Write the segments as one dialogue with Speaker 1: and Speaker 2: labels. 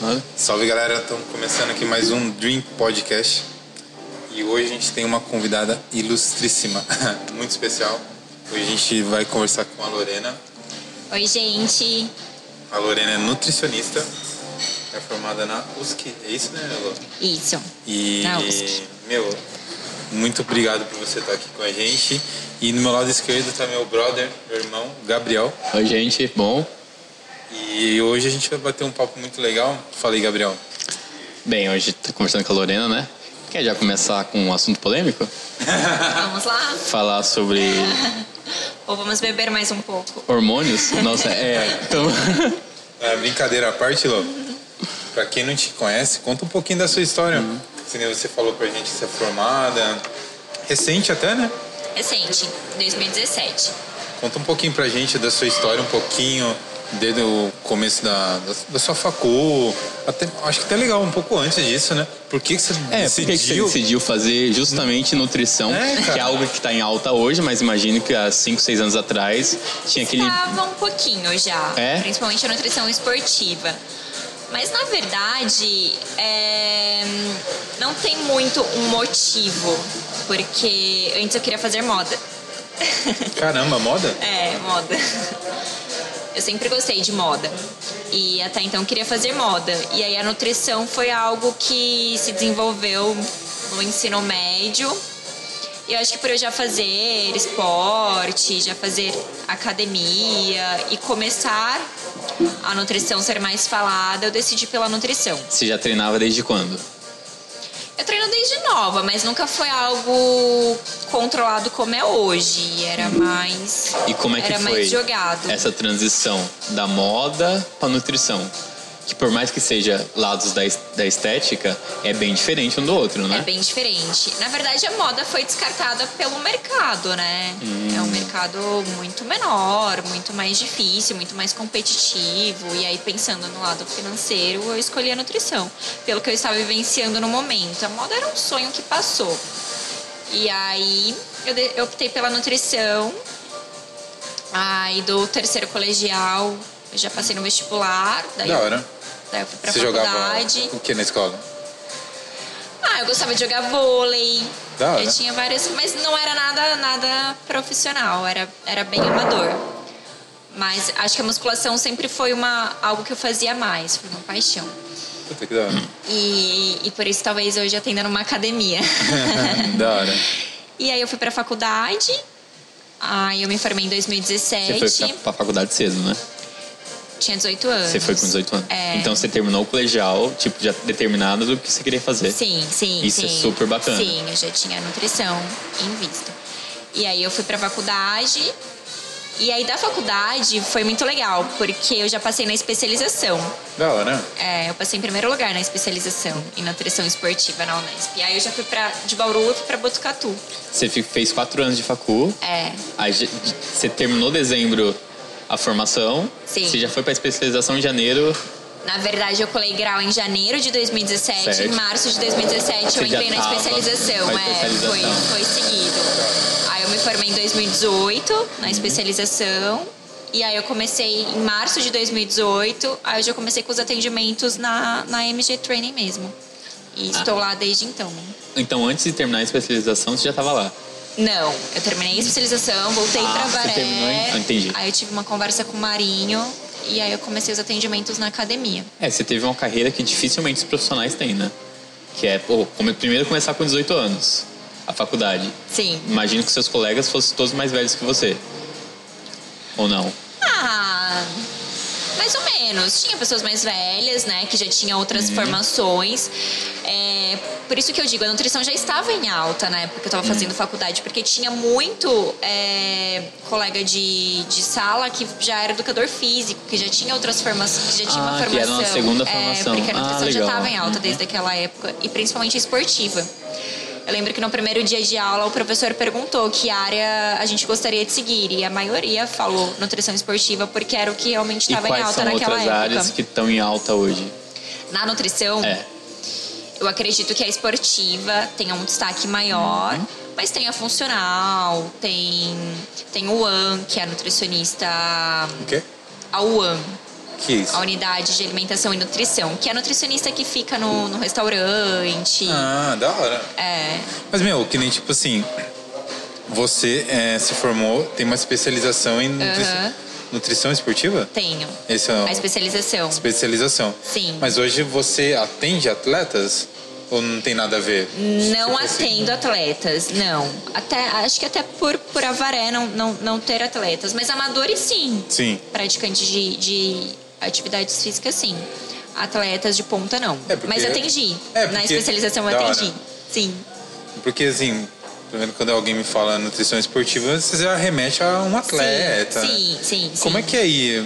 Speaker 1: Nada?
Speaker 2: Salve galera, estamos começando aqui mais um Dream Podcast. E hoje a gente tem uma convidada ilustríssima, muito especial. Hoje a gente vai conversar com a Lorena.
Speaker 3: Oi, gente.
Speaker 2: A Lorena é nutricionista, é formada na USC, é isso né, Lô?
Speaker 3: Isso.
Speaker 2: E,
Speaker 3: Na USP.
Speaker 2: meu, muito obrigado por você estar aqui com a gente. E no meu lado esquerdo tá meu brother, meu irmão, Gabriel.
Speaker 1: Oi, gente. Bom?
Speaker 2: E hoje a gente vai bater um papo muito legal. Falei, Gabriel.
Speaker 1: Bem, hoje tá conversando com a Lorena, né? Quer já começar com um assunto polêmico?
Speaker 3: Vamos lá?
Speaker 1: Falar sobre
Speaker 3: Ou vamos beber mais um pouco?
Speaker 1: hormônios? Nossa, é. Então,
Speaker 2: É, brincadeira à parte, Lô. Pra quem não te conhece, conta um pouquinho da sua história. Se nem Você falou pra gente que você é formada, recente até, né?
Speaker 3: Recente, 2017.
Speaker 2: Conta um pouquinho pra gente da sua história, um pouquinho desde o começo da, da, da sua facul, até, acho que até legal, um pouco antes disso, né? Por que, que você
Speaker 1: é, por que que você
Speaker 2: decidiu?
Speaker 1: decidiu fazer justamente nutrição,
Speaker 2: É, cara.
Speaker 1: que é algo que tá em alta hoje, mas imagino que há 5, 6 anos atrás tinha aquele.
Speaker 3: Estava um pouquinho já,
Speaker 1: É?
Speaker 3: principalmente a nutrição esportiva. Mas na verdade, é, não tem muito um motivo, porque antes eu queria fazer moda.
Speaker 2: Caramba, moda?
Speaker 3: É, moda. Eu sempre gostei de moda. E até então queria fazer moda. E aí a nutrição foi algo que se desenvolveu no ensino médio. E eu acho que por eu já fazer esporte, já fazer academia e começar a nutrição ser mais falada, eu decidi pela nutrição.
Speaker 1: Você já treinava desde quando?
Speaker 3: Eu treino desde nova, mas nunca foi algo controlado como é hoje. Era mais.
Speaker 1: E como é que
Speaker 3: era
Speaker 1: foi
Speaker 3: mais jogado.
Speaker 1: essa transição da moda pra nutrição? Que por mais que seja lados da, es- da estética, é bem diferente um do outro, né?
Speaker 3: É bem diferente. Na verdade, a moda foi descartada pelo mercado, né?
Speaker 2: Hum.
Speaker 3: É um mercado muito menor, muito mais difícil, muito mais competitivo. E aí, pensando no lado financeiro, eu escolhi a nutrição, pelo que eu estava vivenciando no momento. A moda era um sonho que passou. E aí, eu, de- eu optei pela nutrição. Aí, do terceiro colegial, eu já passei no vestibular. Daí,
Speaker 2: Da hora.
Speaker 3: daí eu fui pra
Speaker 2: você jogava
Speaker 3: faculdade.
Speaker 2: o que na escola?
Speaker 3: Ah, eu gostava de jogar vôlei.
Speaker 2: Da hora.
Speaker 3: Eu tinha várias, mas não era nada, nada profissional, era, era bem amador. Mas acho que a musculação sempre foi uma algo que eu fazia mais, foi uma paixão.
Speaker 2: Puta que da hora.
Speaker 3: E, e por isso talvez hoje eu atenda numa academia. É
Speaker 2: da hora.
Speaker 3: e aí eu fui pra faculdade. Aí eu me formei em
Speaker 1: Você
Speaker 3: 2017.
Speaker 1: foi pra, pra faculdade cedo, né?
Speaker 3: Tinha 18 anos.
Speaker 1: Você foi com 18 anos.
Speaker 3: É.
Speaker 1: Então você terminou o colegial, tipo, já determinado do que você queria fazer.
Speaker 3: Sim, sim.
Speaker 1: Isso é
Speaker 3: sim.
Speaker 1: super bacana.
Speaker 3: Sim, eu já tinha nutrição em vista. E aí eu fui pra faculdade. E aí da faculdade foi muito legal, porque eu já passei na especialização.
Speaker 2: Da hora.
Speaker 3: É, eu passei em primeiro lugar na especialização em nutrição esportiva na Unesp. E aí eu já fui pra, de Bauru, eu fui pra Botucatu.
Speaker 1: Você fi- fez quatro anos de facu,
Speaker 3: É,
Speaker 1: aí ge- de- você terminou dezembro a formação,
Speaker 3: Sim.
Speaker 1: você já foi pra especialização em janeiro,
Speaker 3: na verdade eu colei grau em janeiro de 2017.
Speaker 1: Certo.
Speaker 3: Em março de 2017 eu
Speaker 1: Você já
Speaker 3: entrei na
Speaker 1: tava
Speaker 3: especialização.
Speaker 1: na
Speaker 3: É, foi,
Speaker 1: especialização.
Speaker 3: foi seguido.
Speaker 2: Da hora.
Speaker 3: Aí eu me formei em 2018
Speaker 1: Uhum.
Speaker 3: na especialização. E aí eu comecei em março de 2018. Aí eu já comecei com os atendimentos na, na MG Training mesmo. E
Speaker 1: Ah.
Speaker 3: estou lá desde então.
Speaker 1: então antes de terminar a especialização você já tava lá.
Speaker 3: Não, eu terminei a especialização, voltei
Speaker 1: Ah,
Speaker 3: pra
Speaker 1: você
Speaker 3: Varé.
Speaker 1: terminou em- Ah, entendi.
Speaker 3: Aí eu tive uma conversa com o Marinho. E aí eu comecei os atendimentos na academia.
Speaker 1: É, você teve uma carreira que dificilmente os profissionais têm, né? Que é, pô, come- primeiro começar com 18 anos, a faculdade.
Speaker 3: Sim.
Speaker 1: Imagino que seus colegas fossem todos mais velhos que você. Ou não?
Speaker 3: Ah, mais ou menos. Tinha pessoas mais velhas, né, que já tinham
Speaker 1: Uhum.
Speaker 3: outras formações. É, por isso que eu digo, a nutrição já estava em alta na época que eu
Speaker 1: Uhum.
Speaker 3: estava fazendo faculdade, porque tinha muito é, colega de, de sala que já era educador físico, que já tinha outras formações, que já tinha uma
Speaker 1: Ah, que
Speaker 3: formação.
Speaker 1: era uma segunda formação.
Speaker 3: É, porque a
Speaker 1: Ah,
Speaker 3: nutrição já
Speaker 1: legal.
Speaker 3: estava em alta desde aquela época, e principalmente a esportiva. Eu lembro que no primeiro dia de aula o professor perguntou que área a gente gostaria de seguir e a maioria falou nutrição esportiva porque era o que realmente
Speaker 1: E
Speaker 3: estava em
Speaker 1: quais
Speaker 3: alta
Speaker 1: são
Speaker 3: naquela
Speaker 1: outras
Speaker 3: época.
Speaker 1: áreas que estão em alta hoje?
Speaker 3: Na nutrição,
Speaker 1: É.
Speaker 3: eu acredito que a esportiva tenha um destaque maior,
Speaker 1: Uhum.
Speaker 3: mas tem a funcional, tem tem o UAN, que é a nutricionista
Speaker 2: O quê?
Speaker 3: a UAN.
Speaker 2: Que isso?
Speaker 3: a unidade de alimentação e nutrição, que é a nutricionista que fica no, no restaurante.
Speaker 2: Ah, da hora.
Speaker 3: É,
Speaker 2: Mas, meu, que nem tipo assim. Você eh, se formou, tem uma especialização em nutri-
Speaker 3: Aham.
Speaker 2: nutrição esportiva?
Speaker 3: tenho.
Speaker 2: Esse é o-
Speaker 3: A especialização.
Speaker 2: especialização.
Speaker 3: Sim.
Speaker 2: Mas hoje você atende atletas? Ou não tem nada a ver?
Speaker 3: Não
Speaker 2: Tipo assim,
Speaker 3: atendo atletas, não. Até, acho que até por, por avaré não, não, não ter atletas. Mas amadores, sim.
Speaker 2: Sim.
Speaker 3: Praticantes de, de atividades físicas, sim. Atletas de ponta, não.
Speaker 2: É, porque-
Speaker 3: Mas atendi.
Speaker 2: É,
Speaker 3: Na
Speaker 2: porque-
Speaker 3: especialização, eu
Speaker 2: Da hora.
Speaker 3: atendi. Sim.
Speaker 2: Porque assim, pelo menos quando alguém me fala nutrição esportiva, você já remete a um atleta.
Speaker 3: Sim, sim, sim.
Speaker 2: Como é que aí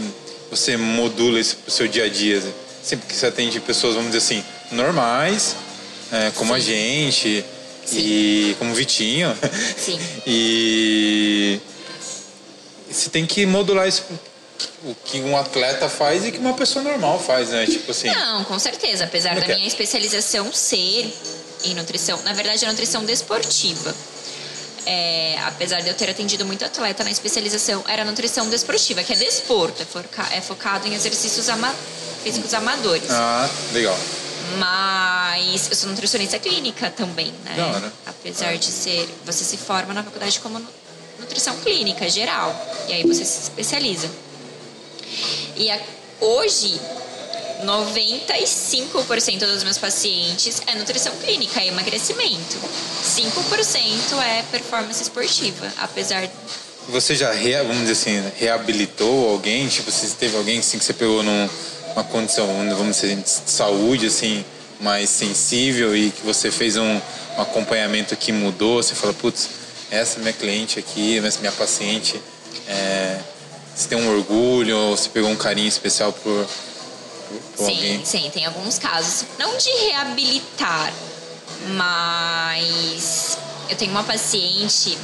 Speaker 2: você modula esse pro seu dia a dia? Assim, porque você atende pessoas, vamos dizer assim, normais, é, como a gente, e como o Vitinho.
Speaker 3: Sim.
Speaker 2: e você tem que modular isso o que um atleta faz e que uma pessoa normal faz, né? Tipo assim.
Speaker 3: Não, com certeza. Apesar
Speaker 2: Como é
Speaker 3: da
Speaker 2: que é?
Speaker 3: minha especialização ser em nutrição, na verdade é nutrição desportiva. É, apesar de eu ter atendido muito atleta na especialização, era nutrição desportiva, que é desporto, é, forca- é focado em exercícios ama- físicos amadores.
Speaker 2: Ah, legal.
Speaker 3: Mas eu sou nutricionista clínica também, né?
Speaker 2: Da hora.
Speaker 3: Apesar de ser. Você se forma na faculdade como nu- nutrição clínica geral. E aí você se especializa. E a- hoje, 95% dos meus pacientes é nutrição clínica, é emagrecimento. 5% é performance esportiva. Apesar.
Speaker 2: Você já, rea- vamos dizer assim, reabilitou alguém? Tipo, se teve alguém assim, que você pegou num- numa condição, vamos dizer, de saúde, assim, mais sensível e que você fez um, um acompanhamento que mudou? Você fala, putz, essa minha cliente aqui, essa minha paciente, é, você tem um orgulho ou você pegou um carinho especial por, por- por
Speaker 3: Sim,
Speaker 2: alguém?
Speaker 3: sim, tem alguns casos. Não de reabilitar, mas eu tenho uma paciente,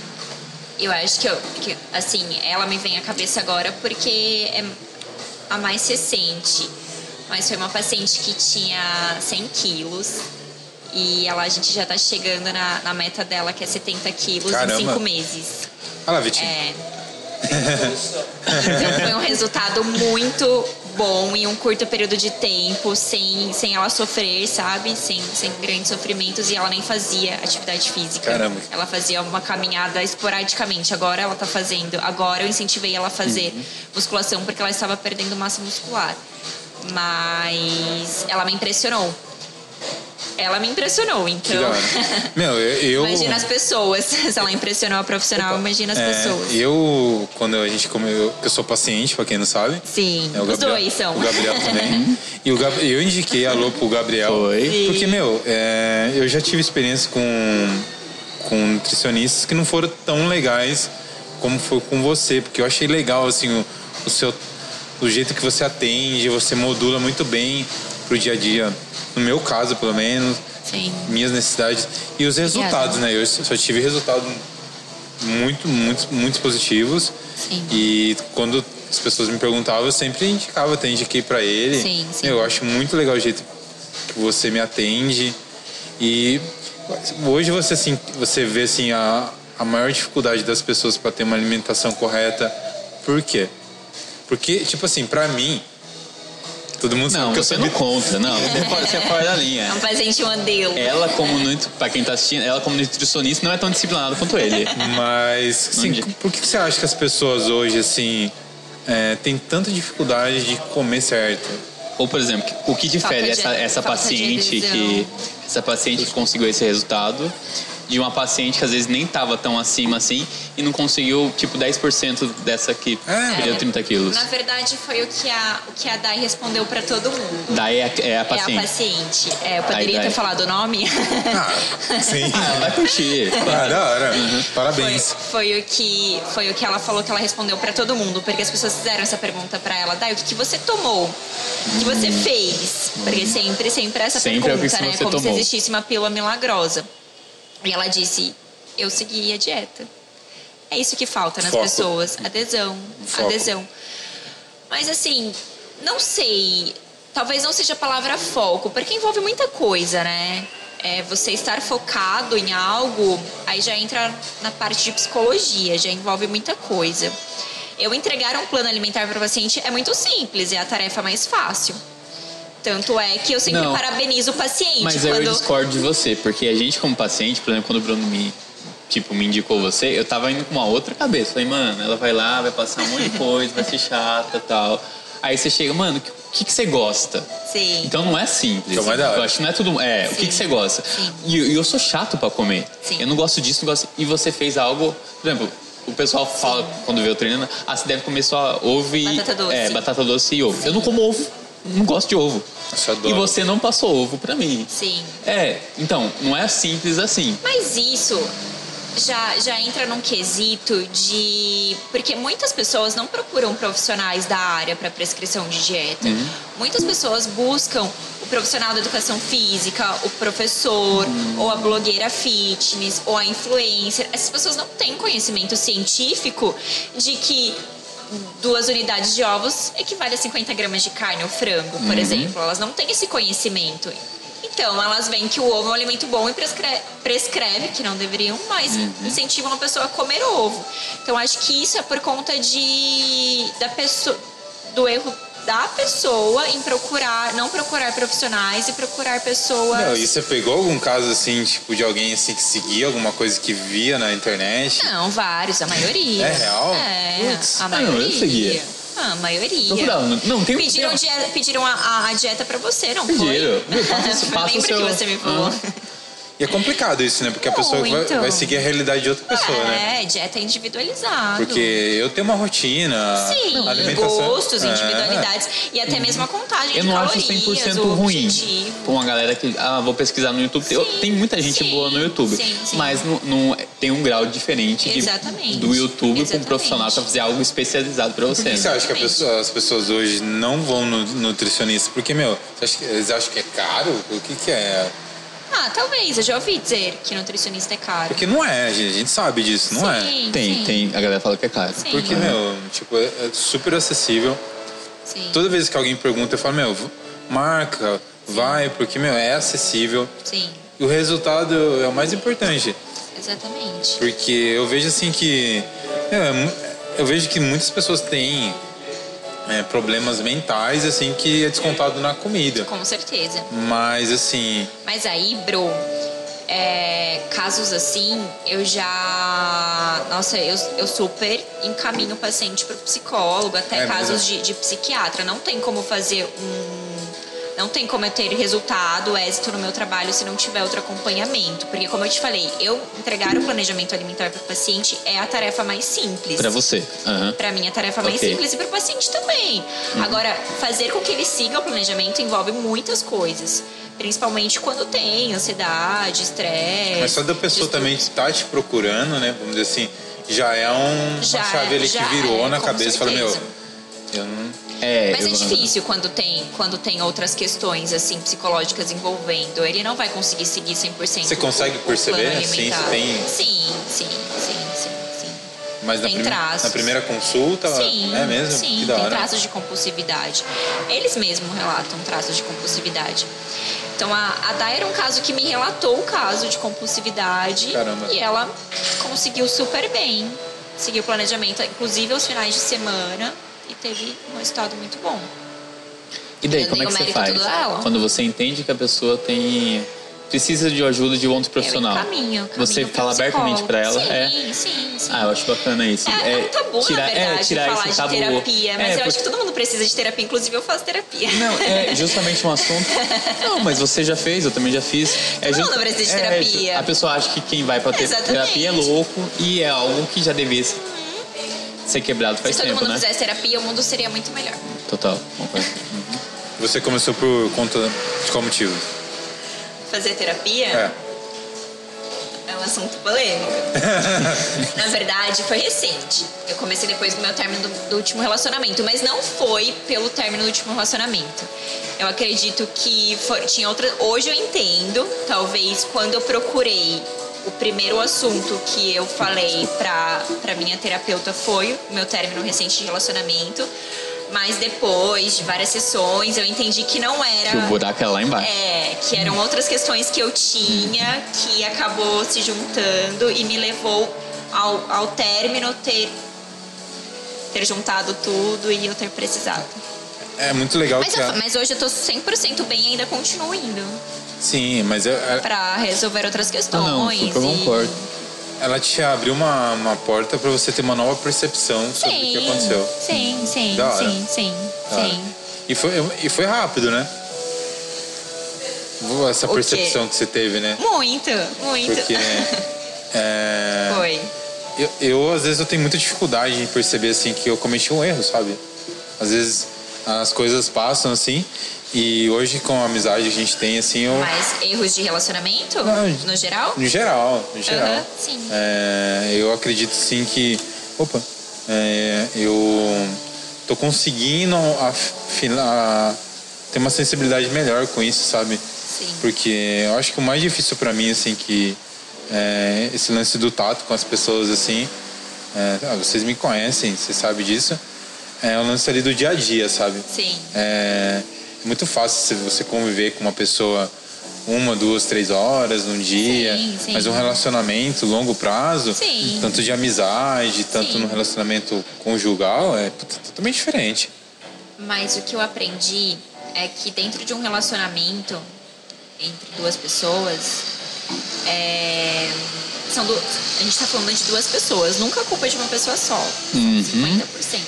Speaker 3: eu acho que, eu, que assim, ela me vem à cabeça agora porque é a mais recente. Mas foi uma paciente que tinha 100 quilos. E ela, a gente já tá chegando na, na meta dela, que é 70 quilos
Speaker 2: Caramba.
Speaker 3: em 5 meses.
Speaker 2: Olha lá, Vitinho.
Speaker 3: É. Então foi um resultado muito bom em um curto período de tempo, sem, sem ela sofrer, sabe? Sem, sem grandes sofrimentos e ela nem fazia atividade física.
Speaker 2: Caramba.
Speaker 3: Ela fazia uma caminhada esporadicamente. Agora ela tá fazendo. Agora eu incentivei ela a fazer
Speaker 2: Uhum.
Speaker 3: musculação porque ela estava perdendo massa muscular. Mas ela me impressionou. Ela me impressionou,
Speaker 2: Que da
Speaker 3: então.
Speaker 2: hora. Meu, eu. eu-
Speaker 3: imagina as pessoas. Se ela impressionou a profissional, imagina as
Speaker 2: é,
Speaker 3: pessoas.
Speaker 2: Eu, quando a gente comeu, eu, eu sou paciente, pra quem não sabe.
Speaker 3: Sim,
Speaker 2: É, o
Speaker 3: os
Speaker 2: Gabriel-
Speaker 3: dois são.
Speaker 2: O Gabriel também. e o Gab- eu indiquei a Lô pro Gabriel.
Speaker 1: Foi.
Speaker 3: Sim.
Speaker 2: Porque, meu, é, eu já tive experiência com, com nutricionistas que não foram tão legais como foi com você. Porque eu achei legal, assim, o, o seu o jeito que você atende, você modula muito bem pro dia a dia. No meu caso, pelo menos,
Speaker 3: Sim.
Speaker 2: minhas necessidades e os resultados, né? Eu só tive resultados muito, muito, muito positivos.
Speaker 3: Sim.
Speaker 2: E quando as pessoas me perguntavam, eu sempre indicava, até indiquei pra ele.
Speaker 3: Sim, sim.
Speaker 2: Eu acho muito legal o jeito que você me atende. E hoje você assim, você vê assim a, a maior dificuldade das pessoas para ter uma alimentação correta. Por quê? Porque tipo assim, pra mim todo mundo sabe
Speaker 1: Não,
Speaker 2: que eu
Speaker 1: você
Speaker 2: sou
Speaker 1: não conta, não. Você fora, você é fora da
Speaker 3: É
Speaker 1: linha.
Speaker 3: um paciente modelo.
Speaker 1: Ela como nutri- pra quem tá assistindo, ela como nutricionista não é tão disciplinada quanto ele.
Speaker 2: Mas, assim,
Speaker 1: diga.
Speaker 2: por que você acha que as pessoas hoje, assim, é, têm tanta dificuldade de comer certo?
Speaker 1: Ou por exemplo, o que difere
Speaker 3: Falta de-
Speaker 1: essa, essa
Speaker 3: falta de
Speaker 1: paciente
Speaker 3: adesão.
Speaker 1: que essa paciente que conseguiu esse resultado de uma paciente que às vezes nem tava tão acima assim e não conseguiu tipo 10% dessa que
Speaker 2: É.
Speaker 1: perdeu 30 quilos.
Speaker 3: Na verdade, foi o que a, o que a Dai respondeu pra todo mundo.
Speaker 1: Daí é a, é a
Speaker 3: É a
Speaker 1: paciente.
Speaker 3: paciente. É, eu poderia
Speaker 1: Dai.
Speaker 3: ter falado o nome.
Speaker 2: Ah, sim.
Speaker 1: Ah, uhum. ela vai curtir.
Speaker 2: Ah, da hora.
Speaker 3: Foi,
Speaker 2: Parabéns.
Speaker 3: foi, o que, foi o que ela falou que ela respondeu pra todo mundo, porque as pessoas fizeram essa pergunta pra ela, Dai, o que, que você tomou? O que você fez? Porque sempre, sempre é essa
Speaker 1: Hum. Sempre é o que
Speaker 3: pergunta, né?
Speaker 1: você
Speaker 3: Como se
Speaker 1: tomou.
Speaker 3: existisse uma pílula milagrosa. E ela disse, eu segui a dieta. É isso que falta nas
Speaker 2: Foco.
Speaker 3: pessoas. Adesão,
Speaker 1: Um
Speaker 2: Foco.
Speaker 3: adesão. Mas assim, não sei. Talvez não seja a palavra foco, porque envolve muita coisa, né? É, você estar focado em algo, aí já entra na parte de psicologia, já envolve muita coisa. Eu entregar um plano alimentar para o paciente é muito simples, é a tarefa mais fácil. Tanto é que eu sempre
Speaker 1: Não.
Speaker 3: parabenizo o paciente
Speaker 1: Mas é aí eu
Speaker 3: quando
Speaker 1: discordo de você, porque a gente como paciente, por exemplo, quando o Bruno me, tipo, me indicou você, eu tava indo com uma outra cabeça. Falei, mano, ela vai lá, vai passar um monte de coisa, vai ser chata tal. Aí você chega, mano, o que, que, que você gosta?
Speaker 3: Sim.
Speaker 1: Então não é simples.
Speaker 2: Então vai dar.
Speaker 1: Eu acho que não é tudo. É, o que,
Speaker 3: Sim.
Speaker 1: que você gosta?
Speaker 3: Sim.
Speaker 1: E eu- e eu sou chato pra comer.
Speaker 3: Sim.
Speaker 1: Eu não gosto disso, não gosto. E você fez algo. Por exemplo, o pessoal fala quando vê eu treinando, ah, você deve comer só ovo e.
Speaker 3: Batata doce.
Speaker 1: É, batata doce e ovo. Eu não como ovo. Não gosto de ovo.
Speaker 2: Nossa, eu adoro.
Speaker 1: E você não passou ovo pra mim.
Speaker 3: Sim.
Speaker 1: É, então, não é simples assim.
Speaker 3: Mas isso já, já entra num quesito de. Porque muitas pessoas não procuram profissionais da área para prescrição de dieta. Muitas pessoas buscam o profissional da educação física, o professor, ou a blogueira fitness, ou a influencer. Essas pessoas não têm conhecimento científico de que. Duas unidades de ovos equivale a 50 gramas de carne ou frango, por exemplo. Elas não têm esse conhecimento. Então, elas veem que o ovo é um alimento bom e prescreve, prescreve que não deveriam, mas
Speaker 1: Uhum.
Speaker 3: incentivam a pessoa a comer ovo. Então, acho que isso é por conta de da pessoa do erro da pessoa em procurar, não procurar profissionais e procurar pessoas.
Speaker 2: Não, e você pegou algum caso assim, tipo, de alguém assim que seguia alguma coisa que via na internet?
Speaker 3: Não, vários, a maioria.
Speaker 2: É real?
Speaker 3: É,
Speaker 2: Putz.
Speaker 3: a
Speaker 1: Ah, não, eu
Speaker 3: maioria. Ah,
Speaker 1: seguia.
Speaker 3: A maioria.
Speaker 1: Procurava, não- não, tem- um
Speaker 3: pediram,
Speaker 1: tem-
Speaker 3: die- pediram a, a- a dieta pra você, não
Speaker 1: Pediram.
Speaker 3: foi?
Speaker 1: Meu, passa- passa o
Speaker 3: Lembra
Speaker 1: seu- Uhum.
Speaker 3: que você me falou?
Speaker 1: Aham.
Speaker 2: E é complicado isso, né? Porque a
Speaker 3: Não,
Speaker 2: pessoa vai,
Speaker 3: então.
Speaker 2: vai seguir a realidade de outra pessoa, né?
Speaker 3: É, dieta individualizada.
Speaker 2: Porque eu tenho uma rotina,
Speaker 3: Sim,
Speaker 2: alimentação.
Speaker 3: gostos,
Speaker 2: É.
Speaker 3: individualidades e até mesmo a contagem
Speaker 1: Eu
Speaker 3: de
Speaker 1: não acho
Speaker 3: calorias,
Speaker 1: 100%
Speaker 3: o
Speaker 1: ruim.
Speaker 3: objetivo.
Speaker 1: Com uma galera que, ah, vou pesquisar no YouTube. Eu-
Speaker 3: Sim,
Speaker 1: tem muita gente
Speaker 3: sim,
Speaker 1: boa no YouTube,
Speaker 3: sim, sim.
Speaker 1: mas não, não- tem um grau diferente de-
Speaker 3: Exatamente,
Speaker 1: do YouTube para um
Speaker 3: exatamente.
Speaker 1: profissional pra fazer algo especializado pra
Speaker 2: Por
Speaker 1: você.
Speaker 2: que você
Speaker 1: né?
Speaker 2: acha que a pessoa- as pessoas hoje não vão no nutricionista? Porque, meu, você acha que- eles acham que é caro? O que, que é?
Speaker 3: Ah, talvez, eu já ouvi dizer que nutricionista é caro.
Speaker 2: Porque não é, gente. A gente sabe disso, não é?
Speaker 3: Sim,
Speaker 1: Tem,
Speaker 3: sim,
Speaker 1: tem. A galera fala que é caro.
Speaker 3: Sim.
Speaker 2: Porque, meu, tipo, é é super acessível.
Speaker 3: sim.
Speaker 2: Toda vez que alguém pergunta, eu falo, meu, v- marca, vai, porque, meu, é acessível.
Speaker 3: Sim,
Speaker 2: E o resultado é o mais importante.
Speaker 3: exatamente.
Speaker 2: Porque eu vejo assim que. é, mu- eu vejo que muitas pessoas têm é, problemas mentais, assim, que é descontado na comida.
Speaker 3: Com certeza.
Speaker 2: Mas, assim,
Speaker 3: Mas aí, bro, é, casos assim, eu já. Nossa, eu, eu super encaminho o paciente pro psicólogo, até
Speaker 2: É
Speaker 3: casos
Speaker 2: mesmo?
Speaker 3: de, de psiquiatra. Não tem como fazer um. Não tem como eu ter resultado, êxito no meu trabalho se não tiver outro acompanhamento. Porque, como eu te falei, eu entregar o planejamento alimentar para o paciente é a tarefa mais simples.
Speaker 1: Pra você. Aham.
Speaker 3: Pra mim, a tarefa mais
Speaker 1: Ok.
Speaker 3: simples e pro paciente também.
Speaker 2: Uhum.
Speaker 3: Agora, fazer com que ele siga o planejamento envolve muitas coisas. Principalmente quando tem ansiedade, estresse.
Speaker 2: Mas só da pessoa
Speaker 3: distúrbios.
Speaker 2: também que tá te procurando, né? Vamos dizer assim, já é um,
Speaker 3: Já
Speaker 2: uma chave
Speaker 3: é,
Speaker 2: ali que
Speaker 3: já
Speaker 2: virou
Speaker 3: é,
Speaker 2: na
Speaker 3: com
Speaker 2: cabeça e fala, meu,
Speaker 3: certeza.
Speaker 2: eu não.
Speaker 1: É,
Speaker 3: Mas é
Speaker 1: eu-
Speaker 3: difícil quando tem, quando tem outras questões, assim, psicológicas envolvendo. Ele não vai conseguir seguir 100%.
Speaker 2: Você
Speaker 3: o-
Speaker 2: consegue
Speaker 3: o plano
Speaker 2: perceber, assim,
Speaker 3: alimentar.
Speaker 2: você tem-
Speaker 3: Sim, sim, sim, sim, sim.
Speaker 2: Mas na,
Speaker 3: Tem
Speaker 2: prime-
Speaker 3: traços.
Speaker 2: na primeira consulta,
Speaker 3: Sim,
Speaker 2: é mesmo?
Speaker 3: Sim,
Speaker 2: que da
Speaker 3: tem
Speaker 2: hora.
Speaker 3: traços de compulsividade. Eles mesmos relatam traços de compulsividade. Então a, a Day era um caso que me relatou o caso de compulsividade
Speaker 2: Caramba.
Speaker 3: e ela conseguiu super bem. Seguiu o planejamento, inclusive aos finais de semana, e teve um resultado muito bom.
Speaker 1: E daí,
Speaker 3: Eu
Speaker 1: como
Speaker 3: dei
Speaker 1: é que
Speaker 3: o
Speaker 1: você
Speaker 3: mérito
Speaker 1: faz?
Speaker 3: todo a ela.
Speaker 1: Quando você entende que a pessoa tem. Precisa de ajuda de um outro profissional.
Speaker 3: É caminho, caminho
Speaker 1: você
Speaker 3: pro
Speaker 1: fala abertamente pra ela?
Speaker 3: psicólogo.
Speaker 1: é.
Speaker 3: Sim, sim, sim.
Speaker 1: Ah, eu acho bacana isso.
Speaker 3: É, é um tabu,
Speaker 1: tirar,
Speaker 3: na verdade,
Speaker 1: é, tirar
Speaker 3: falar
Speaker 1: esse
Speaker 3: de
Speaker 1: tabu.
Speaker 3: terapia, mas
Speaker 1: É,
Speaker 3: eu
Speaker 1: porque-
Speaker 3: acho que todo mundo precisa de terapia, inclusive eu faço terapia.
Speaker 1: Não, é justamente um assunto. Não, mas você já fez, eu também já fiz. É
Speaker 3: Todo
Speaker 1: just-
Speaker 3: mundo precisa de
Speaker 1: é,
Speaker 3: terapia.
Speaker 1: a pessoa acha que quem vai pra ter
Speaker 3: Exatamente.
Speaker 1: terapia é louco e é algo que já devia se- ser quebrado faz
Speaker 3: Uhum. Se todo
Speaker 1: tempo,
Speaker 3: mundo
Speaker 1: né?
Speaker 3: fizesse terapia, o mundo seria muito melhor.
Speaker 1: Total. assim. concordo.
Speaker 2: Você começou por conta de qual motivo?
Speaker 3: Fazer terapia?
Speaker 2: É.
Speaker 3: É um assunto polêmico. Na verdade, foi recente. Eu comecei depois do meu término do, do último relacionamento, mas não foi pelo término do último relacionamento. Eu acredito que for- tinha outra. Hoje eu entendo, talvez quando eu procurei o primeiro assunto que eu falei pra, pra minha terapeuta foi o meu término recente de relacionamento. Mas depois de várias sessões, eu entendi que não era.
Speaker 1: Que o buraco é lá embaixo.
Speaker 3: Ah. É, que eram outras questões que eu tinha, que acabou se juntando e me levou ao, ao término ter ter juntado tudo e eu ter precisado.
Speaker 2: É muito legal
Speaker 3: Mas,
Speaker 2: que
Speaker 3: eu-
Speaker 2: a-
Speaker 3: mas hoje eu tô 100% bem e ainda continuo indo
Speaker 2: Sim, mas eu- é, a-
Speaker 3: pra resolver outras
Speaker 2: Ah,
Speaker 3: questões.
Speaker 1: Não, não, super
Speaker 3: e-
Speaker 1: concordo.
Speaker 2: ela te abriu uma, uma porta pra você ter uma nova percepção sobre o que aconteceu.
Speaker 3: Sim, sim,
Speaker 2: Da hora.
Speaker 3: sim, sim,
Speaker 2: Cara,
Speaker 3: sim.
Speaker 2: E foi, e foi rápido, né? Boa Essa
Speaker 3: O quê?
Speaker 2: percepção que você teve, né?
Speaker 3: Muito, muito.
Speaker 2: Porque. né, é,
Speaker 3: Foi.
Speaker 2: eu, eu, às vezes, eu tenho muita dificuldade em perceber, assim, que eu cometi um erro, sabe? Às vezes as coisas passam, assim, e hoje, com a amizade que a gente tem, assim, eu.
Speaker 3: Mas erros de relacionamento?
Speaker 2: Não,
Speaker 3: no geral?
Speaker 2: No geral, no Ah, geral.
Speaker 3: Aham, sim.
Speaker 2: É, eu acredito sim que. Opa! é, eu tô conseguindo afinar, ter uma sensibilidade melhor com isso, sabe?
Speaker 3: Sim.
Speaker 2: Porque eu acho que o mais difícil pra mim, assim, que é, esse lance do tato com as pessoas, assim, é, ah, vocês me conhecem, vocês sabem disso, é o lance ali do dia a dia, sabe?
Speaker 3: Sim.
Speaker 2: É muito fácil se você conviver com uma pessoa uma, duas, três horas num dia,
Speaker 3: Sim, sim.
Speaker 2: mas um relacionamento longo prazo,
Speaker 3: Sim.
Speaker 2: tanto de amizade, tanto
Speaker 3: Sim.
Speaker 2: no relacionamento conjugal, é puta, totalmente diferente.
Speaker 3: Mas o que eu aprendi é que dentro de um relacionamento entre duas pessoas, é, são du- a gente está falando de duas pessoas, nunca a culpa é de uma pessoa só, são
Speaker 1: Uhum.
Speaker 3: 50%.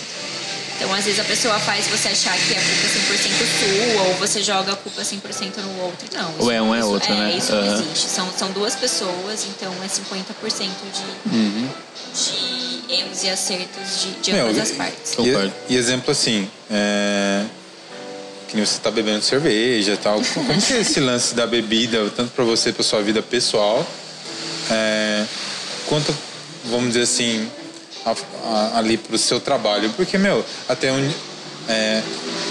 Speaker 3: Então, às vezes, a pessoa faz você achar que a culpa é 100% sua, ou você joga a culpa 100% no outro. Não. isso-
Speaker 1: Ou é um, é
Speaker 3: isso-
Speaker 1: outro, né?
Speaker 3: Isso não
Speaker 1: Aham.
Speaker 3: existe. São, são duas pessoas, então é 50% de,
Speaker 1: Uhum.
Speaker 3: de erros e acertos de, de
Speaker 2: Meu,
Speaker 3: ambas
Speaker 2: e-
Speaker 3: as partes.
Speaker 1: Concordo.
Speaker 2: E, e exemplo assim, é, que nem você tá bebendo cerveja e tal. Como como que é esse lance da bebida, tanto para você, para sua vida pessoal, é, quanto, vamos dizer assim, a- a- ali pro seu trabalho? Porque, meu, até um. é,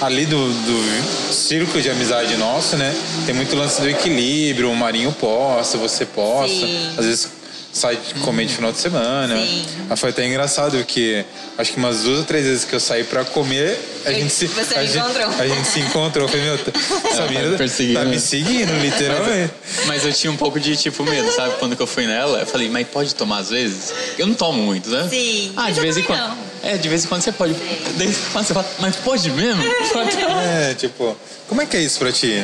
Speaker 2: ali do, do círculo de amizade nosso, né? Tem muito lance do equilíbrio, o Marinho posta, você posta.
Speaker 3: Sim.
Speaker 2: Às vezes sai de comer de final de semana.
Speaker 3: Uhum. Sim.
Speaker 2: Ah, Foi até engraçado, porque acho que umas duas ou três vezes que eu saí pra comer, a
Speaker 3: Eu-
Speaker 2: gente se.
Speaker 3: você
Speaker 2: a
Speaker 3: me
Speaker 2: gente,
Speaker 3: encontrou.
Speaker 2: A gente se encontrou. Eu Falei, meu, tá- essa
Speaker 1: me
Speaker 2: mina
Speaker 1: perseguindo,
Speaker 2: tá
Speaker 1: né?
Speaker 2: me seguindo, literalmente.
Speaker 1: Mas eu tinha um pouco de, tipo, medo, sabe? Quando que eu fui nela, eu falei, mas pode tomar às vezes? Eu não tomo muito, né?
Speaker 3: Sim,
Speaker 1: Ah,
Speaker 3: mas
Speaker 1: de
Speaker 3: eu
Speaker 1: vez em
Speaker 3: também
Speaker 1: quando.
Speaker 3: não.
Speaker 1: É, de vez em quando você pode.
Speaker 3: Sim.
Speaker 1: Daí você fala, você fala, mas pode mesmo?
Speaker 2: É, tipo, como é que é isso pra ti?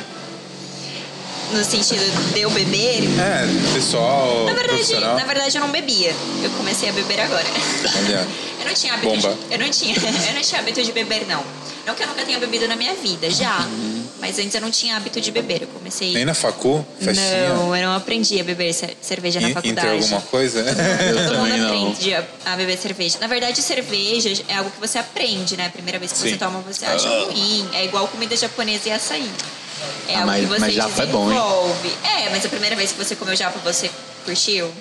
Speaker 3: No sentido de eu beber.
Speaker 2: É, pessoal,
Speaker 3: Na verdade,
Speaker 2: profissional.
Speaker 3: na verdade eu não bebia. Eu comecei a beber agora.
Speaker 2: Olha,
Speaker 3: Eu não tinha hábito
Speaker 2: Bomba.
Speaker 3: de, eu não tinha, eu não tinha hábito de beber não. Não que eu nunca tenha bebido na minha vida, já.
Speaker 2: Uhum.
Speaker 3: Mas antes eu não tinha hábito de beber. Eu comecei
Speaker 2: nem na facu, festinha,
Speaker 3: Não, eu não aprendi a beber ce- cerveja na
Speaker 2: in- entre
Speaker 3: faculdade.
Speaker 2: alguma coisa.
Speaker 1: É, Eu
Speaker 3: Todo mundo
Speaker 1: também não.
Speaker 3: aprende a, a beber cerveja. Na verdade, cerveja é algo que você aprende, né? A primeira vez que
Speaker 2: Sim.
Speaker 3: você toma, você acha
Speaker 1: Ah.
Speaker 3: ruim. É igual comida japonesa e açaí. É
Speaker 1: Ah,
Speaker 3: algo
Speaker 1: mas-
Speaker 3: que você
Speaker 1: mas japa é bom, hein?
Speaker 3: desenvolve. É, mas a primeira vez que você comeu japa, você curtiu?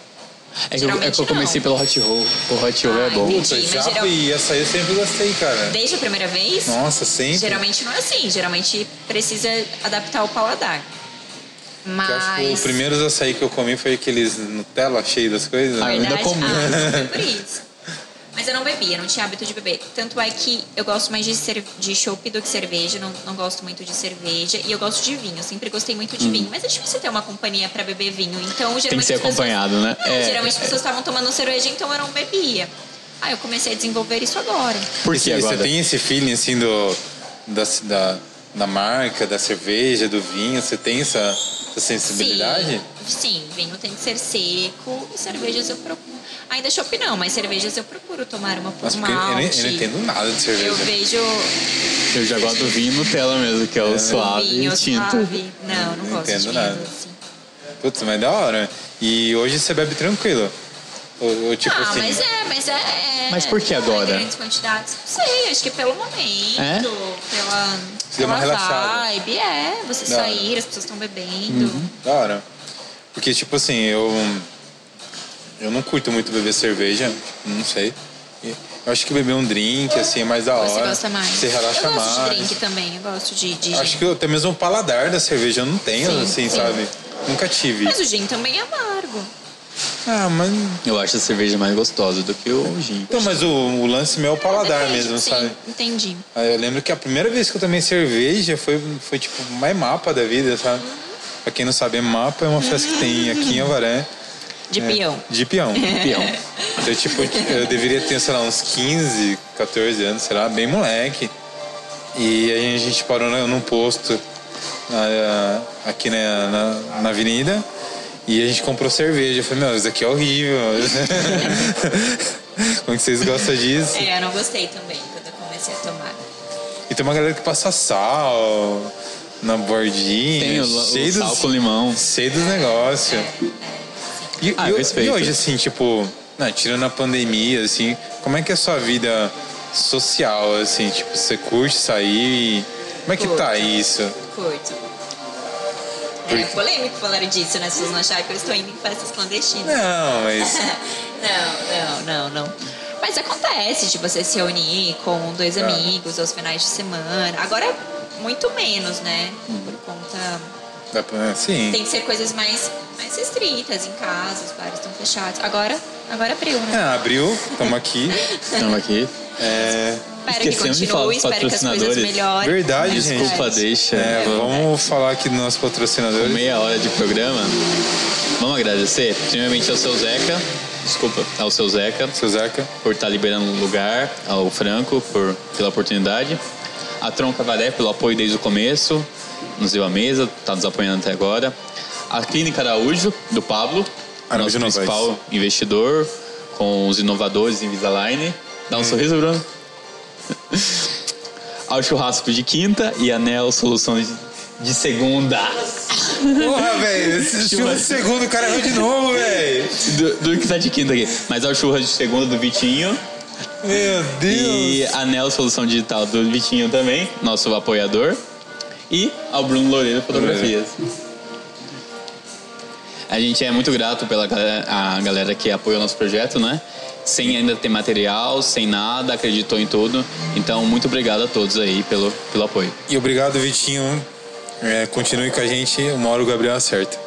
Speaker 1: É que eu, é que eu
Speaker 3: Geralmente
Speaker 1: comecei
Speaker 3: não.
Speaker 1: pelo hot roll. O hot roll é
Speaker 3: Ai,
Speaker 1: bom.
Speaker 3: entendi.
Speaker 2: Puta,
Speaker 3: mas
Speaker 2: já
Speaker 3: geral-
Speaker 2: e essa aí eu sempre gostei, cara.
Speaker 3: Desde a primeira vez?
Speaker 2: Nossa, sempre.
Speaker 3: Geralmente não é assim. Geralmente precisa adaptar o paladar. Mas...
Speaker 2: Que eu acho que o primeiro açaí que eu comi foi aqueles Nutella cheio das coisas. né?
Speaker 1: Ah, eu ainda
Speaker 3: Verdade?
Speaker 1: comi.
Speaker 3: Ah, foi por isso. Mas eu não bebia, não tinha hábito de beber. Tanto é que eu gosto mais de, cer- de chopp do que cerveja, não, não gosto muito de cerveja. E eu gosto de vinho, eu sempre gostei muito de vinho. Mas é difícil ter uma companhia pra beber vinho, então geralmente.
Speaker 1: Hum. Tem que ser
Speaker 3: as pessoas-
Speaker 1: acompanhado, né?
Speaker 3: É,
Speaker 1: É,
Speaker 3: geralmente as
Speaker 1: é.
Speaker 3: pessoas estavam tomando cerveja, então eu não bebia. Aí eu comecei a desenvolver isso agora.
Speaker 1: Por
Speaker 2: E
Speaker 1: que
Speaker 2: você-
Speaker 1: agora?
Speaker 2: Você tem esse feeling assim do, da, ci- da, da marca, da cerveja, do vinho? Você tem essa, essa sensibilidade?
Speaker 3: Sim, sim, vinho tem que ser seco e cervejas eu procuro. Ainda chopp não, mas cervejas eu procuro tomar uma por
Speaker 2: Nossa, porque eu, nem- eu
Speaker 3: malte.
Speaker 2: não entendo nada de cerveja.
Speaker 3: eu vejo
Speaker 1: Eu já gosto do vinho e Nutella mesmo, que é o suave
Speaker 3: Vinho,
Speaker 1: e tinto.
Speaker 3: suave. Não, não,
Speaker 2: Não
Speaker 3: gosto de
Speaker 2: entendo
Speaker 3: vinho
Speaker 2: nada.
Speaker 3: doce.
Speaker 2: Putz, mas da hora. E hoje você bebe tranquilo. Ou, ou tipo
Speaker 3: Ah,
Speaker 2: assim.
Speaker 3: mas é, mas é, é.
Speaker 1: Mas por que
Speaker 3: não é
Speaker 1: agora?
Speaker 3: grandes quantidades. Não sei, acho que pelo momento,
Speaker 1: É?
Speaker 3: pela,
Speaker 2: deu uma
Speaker 3: pela
Speaker 2: relaxada.
Speaker 3: vibe. É, você
Speaker 2: Da hora.
Speaker 3: sair, as pessoas estão bebendo.
Speaker 2: Da hora. Porque, tipo assim, eu. Eu não curto muito beber cerveja, não sei. Eu acho que beber um drink, assim, é mais da hora.
Speaker 3: Ah, Você gosta mais.
Speaker 2: Você relaxa
Speaker 3: eu gosto
Speaker 2: mais.
Speaker 3: de drink também, eu gosto de, de
Speaker 2: Acho
Speaker 3: gin.
Speaker 2: que eu- até mesmo o paladar da cerveja eu não tenho,
Speaker 3: Sim,
Speaker 2: assim,
Speaker 3: sim.
Speaker 2: sabe? Nunca tive.
Speaker 3: Mas o gin também é amargo.
Speaker 2: Ah, mas.
Speaker 1: Eu acho a cerveja mais gostosa do que o gin.
Speaker 2: Então, mas o, o lance meu é o paladar
Speaker 3: Depende,
Speaker 2: mesmo,
Speaker 3: sim,
Speaker 2: sabe?
Speaker 3: Entendi.
Speaker 2: Aí eu lembro que a primeira vez que eu tomei cerveja foi, foi tipo mais mapa da vida, sabe?
Speaker 3: Uhum.
Speaker 2: Pra quem não sabe, mapa é uma festa que tem aqui em Avaré.
Speaker 3: De
Speaker 2: é,
Speaker 3: peão.
Speaker 2: De peão.
Speaker 1: Peão.
Speaker 2: Eu, tipo, eu deveria ter, sei lá, uns 15, 14 anos, sei lá, bem moleque. E aí a gente parou na- num posto na- aqui na, na, na avenida e a gente comprou cerveja. Eu falei, meu, isso daqui é horrível. Como que vocês gostam disso?
Speaker 3: É, eu não gostei também quando eu comecei a tomar.
Speaker 2: E tem uma galera que passa sal na bordinha.
Speaker 1: Tem o,
Speaker 2: cheio
Speaker 1: o
Speaker 2: dos-
Speaker 1: sal com limão.
Speaker 2: Sei dos negócios. E,
Speaker 1: Ah,
Speaker 2: e-
Speaker 1: eu
Speaker 2: e
Speaker 1: respeito.
Speaker 2: hoje, assim, tipo, né, tirando a pandemia, assim, como é que é a sua vida social, assim? Tipo, você curte sair? Como é que tá isso?
Speaker 3: Curto.
Speaker 2: Por
Speaker 3: É
Speaker 2: quê?
Speaker 3: polêmico falar disso, né? As pessoas não acharem que eu estou indo em festas clandestinas.
Speaker 2: Não, mas.
Speaker 3: Não, não, não, não. Mas acontece de você se reunir com
Speaker 1: É.
Speaker 3: dois
Speaker 2: Ah.
Speaker 3: amigos aos finais de semana. Agora é muito menos, né?
Speaker 1: Hum.
Speaker 3: Por conta.
Speaker 2: Dá pra, né, sim.
Speaker 3: Tem que ser coisas mais, mais restritas em casa, os bares estão fechados. Agora, agora abriu, né?
Speaker 2: Ah, abriu, estamos aqui.
Speaker 1: Estamos aqui.
Speaker 2: É,
Speaker 3: Espero que
Speaker 1: Esquecemos de falar
Speaker 3: continue,
Speaker 1: dos
Speaker 3: espero que as coisas
Speaker 1: patrocinadores.
Speaker 3: melhorem.
Speaker 2: Verdade, gente.
Speaker 1: Desculpa, deixa.
Speaker 2: é,
Speaker 1: Vamos-
Speaker 2: vamos falar aqui dos nossos patrocinadores.
Speaker 1: meia hora de programa. Vamos agradecer, primeiramente ao seu Zeca, desculpa, ao seu Zeca
Speaker 2: Seu Zeca.
Speaker 1: por estar liberando o lugar, ao Franco por, pela oportunidade, a Tronca Varé pelo apoio desde o começo, nos deu a mesa, está nos apoiando até agora, a Clínica Araújo, do Pablo,
Speaker 2: Araújo
Speaker 1: nosso
Speaker 2: Novaes.
Speaker 1: principal investidor, com os inovadores em Visaline. Dá um
Speaker 2: Hum.
Speaker 1: sorriso, Bruno. Ao churrasco de quinta e a Nel Soluções de segunda.
Speaker 2: Porra, velho. Esse
Speaker 1: Chupa.
Speaker 2: um segundo, o cara errou de novo, velho.
Speaker 1: Do, do que tá de quinta aqui. Mas é o churras de segunda do Vitinho.
Speaker 2: Meu Deus.
Speaker 1: E a Nel Solução Digital do Vitinho também, nosso apoiador. E ao Bruno Loureiro Fotografias. A gente é muito grato pela galera, a galera que apoiou o nosso projeto, né? Sem ainda ter material, sem nada, acreditou em tudo. Então, muito obrigado a todos aí pelo, pelo apoio.
Speaker 2: E obrigado, Vitinho. É, continue com a gente. Uma hora o Gabriel acerta.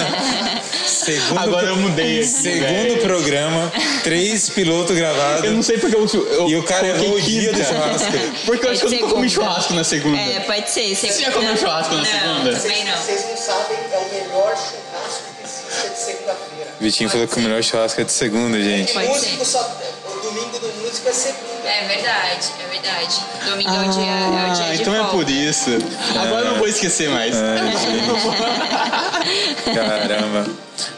Speaker 2: segundo
Speaker 1: Agora eu mudei.
Speaker 2: segundo programa, três pilotos
Speaker 1: Eu não
Speaker 2: gravados.
Speaker 1: sei porque eu. eu
Speaker 2: E o cara
Speaker 1: coloquei
Speaker 2: errou o dia do
Speaker 1: quinta.
Speaker 2: churrasco.
Speaker 1: Porque eu acho que eu
Speaker 3: É
Speaker 1: não comi
Speaker 3: segunda.
Speaker 1: churrasco na segunda.
Speaker 3: É, pode ser. Segunda.
Speaker 1: Você já comeu churrasco na
Speaker 3: não,
Speaker 1: segunda?
Speaker 3: Também não.
Speaker 4: Vocês não sabem, é o melhor churrasco que existe é de segunda-feira.
Speaker 2: Vitinho falou que o melhor churrasco é de segunda, gente.
Speaker 3: Pode
Speaker 4: Músico só. O domingo do músico é segunda.
Speaker 3: É verdade, é verdade. Domingo é o dia, é o dia
Speaker 2: Ah,
Speaker 3: de
Speaker 1: então é
Speaker 3: folga.
Speaker 1: por isso. Agora eu não vou esquecer mais.
Speaker 2: É. Caramba.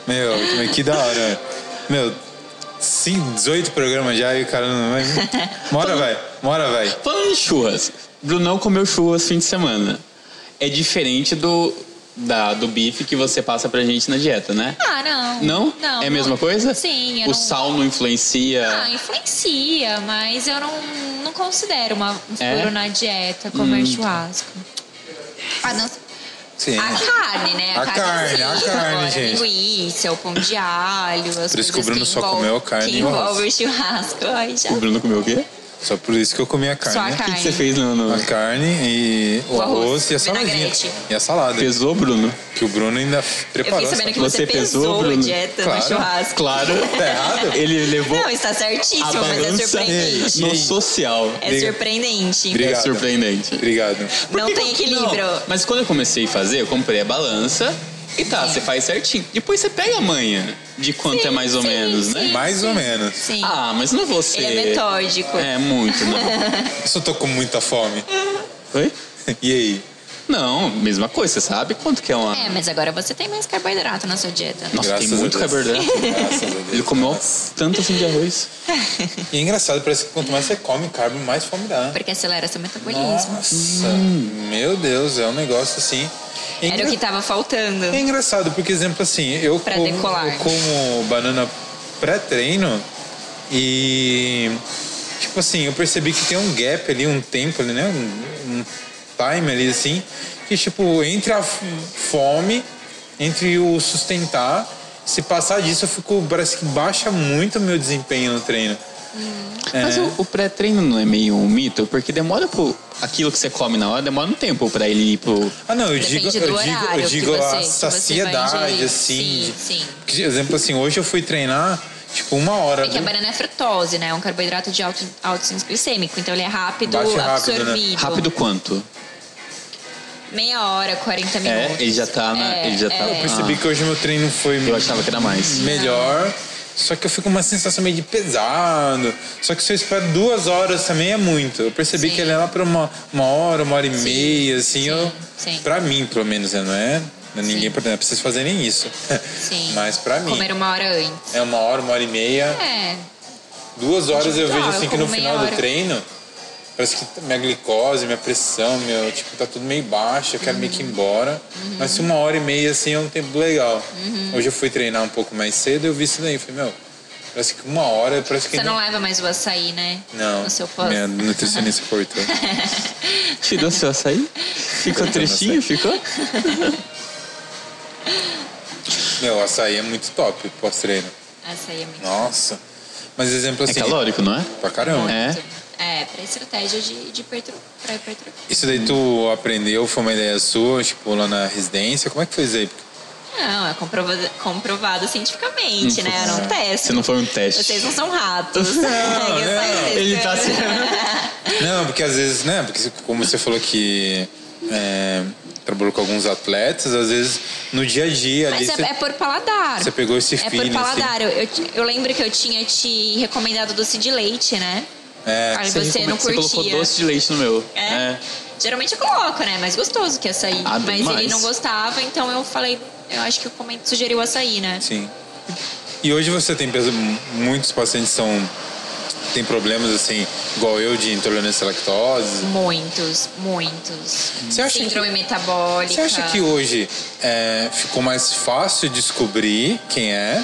Speaker 2: Meu, mas que da hora. Meu, sim, 18 programas já e o cara não vai. Mora, vai. Mora, vai.
Speaker 1: Falando em churras, Brunão comeu churras fim de semana. É diferente do, da, do bife que você passa pra gente na dieta, né?
Speaker 3: Ah, não.
Speaker 1: Não?
Speaker 3: Não.
Speaker 1: É a mesma coisa?
Speaker 3: Sim, eu
Speaker 1: O
Speaker 3: não-
Speaker 1: sal é- não influencia.
Speaker 3: Ah, influencia, mas eu não, não considero uma, um
Speaker 1: É?
Speaker 3: furo na dieta comer churrasco. Ah, não.
Speaker 2: Sim.
Speaker 3: A carne, né?
Speaker 2: A carne, a
Speaker 3: frita,
Speaker 2: carne,
Speaker 3: agora,
Speaker 2: gente.
Speaker 3: Linguiça, o pão de alho, as
Speaker 2: Por isso
Speaker 3: coisas
Speaker 2: que o Bruno só
Speaker 3: envolvem-
Speaker 2: comeu a carne
Speaker 3: que
Speaker 2: e o arroz.
Speaker 3: envolve o churrasco. Ai, já.
Speaker 1: O Bruno comeu o quê? Ah,
Speaker 2: Só por isso que eu comi a
Speaker 3: Só
Speaker 2: carne. né?
Speaker 3: a
Speaker 1: O que, que
Speaker 3: carne.
Speaker 1: você fez no. no-
Speaker 2: A carne e o,
Speaker 3: O
Speaker 2: arroz,
Speaker 3: arroz,
Speaker 2: e a saladinha.
Speaker 3: vinagrete.
Speaker 2: E a salada.
Speaker 1: Pesou, Bruno?
Speaker 2: Que o Bruno ainda preparou.
Speaker 3: Eu fiquei sabendo
Speaker 2: essa-
Speaker 3: que você,
Speaker 1: Você pesou,
Speaker 3: pesou, a
Speaker 1: Bruno?
Speaker 3: dieta
Speaker 2: Claro,
Speaker 3: no churrasco.
Speaker 1: Claro.
Speaker 2: Tá errado?
Speaker 1: Ele levou
Speaker 3: Não, está certíssimo,
Speaker 1: a
Speaker 3: mas é
Speaker 1: balança
Speaker 3: surpreendente.
Speaker 1: no social.
Speaker 3: É
Speaker 2: Obrigado.
Speaker 3: surpreendente.
Speaker 2: Obrigado.
Speaker 1: É surpreendente.
Speaker 2: Obrigado.
Speaker 1: Por
Speaker 3: Não
Speaker 1: que
Speaker 3: tem
Speaker 1: que eu-
Speaker 3: equilíbrio.
Speaker 1: Não, mas quando eu comecei a fazer, eu comprei a balança e tá, você faz certinho. Depois você pega a manha de quanto é mais ou
Speaker 3: sim,
Speaker 1: menos, né?
Speaker 3: sim.
Speaker 2: Mais ou menos.
Speaker 3: Sim.
Speaker 1: Ah, mas não vou ser.
Speaker 3: Ele é metódico.
Speaker 1: É, muito, não.
Speaker 2: Eu só tô com muita fome.
Speaker 1: Oi?
Speaker 2: E aí?
Speaker 1: Não, mesma coisa, você sabe quanto que é uma.
Speaker 3: É, mas agora você tem mais carboidrato na sua dieta. né?
Speaker 1: Nossa, tem
Speaker 2: Graças a
Speaker 1: muito
Speaker 2: Deus.
Speaker 1: carboidrato.
Speaker 2: Graças a Deus.
Speaker 1: Ele comeu
Speaker 2: Nossa.
Speaker 1: tanto assim de arroz.
Speaker 2: E é engraçado, parece que quanto mais você come carbo, mais fome dá.
Speaker 3: Porque acelera seu
Speaker 1: Hum.
Speaker 3: metabolismo.
Speaker 2: Nossa. Meu Deus, é um negócio assim. É
Speaker 3: Era o que tava faltando.
Speaker 2: É engraçado, porque, exemplo, assim, eu,
Speaker 3: Pra
Speaker 2: como,
Speaker 3: decolar.
Speaker 2: eu como banana pré-treino e. Tipo assim, eu percebi que tem um gap ali, um tempo ali, né? Um, um time ali, assim, que, tipo, entre a f- fome, entre o sustentar, se passar disso, eu fico. Parece que baixa muito o meu desempenho no treino.
Speaker 3: É.
Speaker 1: Mas o, o pré-treino não é meio um mito, porque demora pro. Aquilo que você come na hora demora um tempo pra ele ir pro.
Speaker 2: Ah, não, eu digo,
Speaker 3: Depende do
Speaker 2: eu digo,
Speaker 3: horário
Speaker 2: eu
Speaker 3: que
Speaker 2: digo
Speaker 3: você-
Speaker 2: a
Speaker 3: que você vai
Speaker 2: saciedade,
Speaker 3: ingerir.
Speaker 2: assim.
Speaker 3: Sim, sim.
Speaker 2: Que, exemplo assim, hoje eu fui treinar, tipo, uma hora.
Speaker 3: É que a banana é fructose, né? É um carboidrato de alto, alto índice glicêmico. Então ele é rápido,
Speaker 2: Bate rápido, né?
Speaker 3: absorvido.
Speaker 1: Rápido quanto?
Speaker 3: Meia hora, 40
Speaker 1: É,
Speaker 3: minutos.
Speaker 1: ele já tá na.
Speaker 3: É,
Speaker 1: ele já tá. Ah,
Speaker 3: é.
Speaker 2: Eu percebi que hoje meu treino foi
Speaker 1: Eu achava que era mais.
Speaker 2: melhor. Só que eu fico com uma sensação meio de pesado. Só que se eu esperar duas horas também é muito. Eu percebi
Speaker 3: Sim.
Speaker 2: que ele é lá pra uma, uma hora, uma hora e meia, assim.
Speaker 3: Sim.
Speaker 2: Eu,
Speaker 3: Sim.
Speaker 2: Pra mim, pelo menos, né? Não é? Ninguém não é pra vocês fazerem isso.
Speaker 3: Sim.
Speaker 2: Mas pra mim.
Speaker 3: Comer uma hora antes.
Speaker 2: É uma hora, uma hora e meia.
Speaker 3: É,
Speaker 2: Duas horas eu
Speaker 3: Individual,
Speaker 2: vejo
Speaker 3: eu
Speaker 2: assim que no
Speaker 3: como
Speaker 2: final
Speaker 3: meia
Speaker 2: do
Speaker 3: hora.
Speaker 2: treino parece que tá minha glicose, minha pressão, meu, tipo, tá tudo meio baixo, eu quero meio que ir embora.
Speaker 3: Uhum.
Speaker 2: Mas se uma hora e meia assim é um tempo legal. Hoje eu fui treinar um pouco mais cedo, eu vi isso daí, falei, meu, parece que uma hora, parece que
Speaker 3: você não leva mais o açaí, né?
Speaker 2: não,
Speaker 3: No seu pós.
Speaker 2: minha nutricionista cortou.
Speaker 1: Tirou seu açaí? Ficou É tristinho? Ficou?
Speaker 2: Meu, açaí é muito top pós-treino.
Speaker 3: açaí é muito
Speaker 2: Nossa. Mas exemplo
Speaker 1: É
Speaker 2: assim,
Speaker 1: calórico, não é?
Speaker 2: pra caramba.
Speaker 1: É.
Speaker 3: É, pra estratégia de, de hipertro- pra hipertrofia.
Speaker 2: Isso daí tu aprendeu, foi uma ideia sua, tipo, lá na residência, como é que foi isso aí?
Speaker 3: Não, é comprovado, comprovado cientificamente,
Speaker 2: Hum.
Speaker 3: né? Era um teste.
Speaker 1: Se não foi um teste.
Speaker 3: Vocês não são ratos. Eu só
Speaker 2: não.
Speaker 3: sei.
Speaker 1: Ele tá se-
Speaker 2: Não, porque às vezes, né? Porque como você falou que é, trabalhou com alguns atletas, às vezes no dia a dia ali
Speaker 3: Mas é,
Speaker 2: você,
Speaker 3: é por paladar.
Speaker 2: você pegou esse
Speaker 3: É
Speaker 2: feeling.
Speaker 3: por
Speaker 2: assim.
Speaker 3: paladar. Eu, eu, eu lembro que eu tinha te recomendado doce de leite, né?
Speaker 2: É,
Speaker 3: Aí
Speaker 1: Você
Speaker 3: você não
Speaker 1: recomenda- você colocou
Speaker 3: curtia.
Speaker 1: doce de leite no meu.
Speaker 3: É. Geralmente eu coloco, né? Mais gostoso que açaí.
Speaker 1: Ah,
Speaker 3: Mas ele
Speaker 1: demais.
Speaker 3: não gostava, então eu falei. Eu acho que o comento sugeriu açaí, né?
Speaker 2: Sim. E hoje você tem peso, muitos pacientes são tem problemas assim, igual eu de intolerância à lactose.
Speaker 3: Muitos, muitos.
Speaker 2: Você acha que-
Speaker 3: Síndrome metabólica.
Speaker 2: Você acha
Speaker 3: Uhum.
Speaker 2: que hoje é, ficou mais fácil descobrir quem é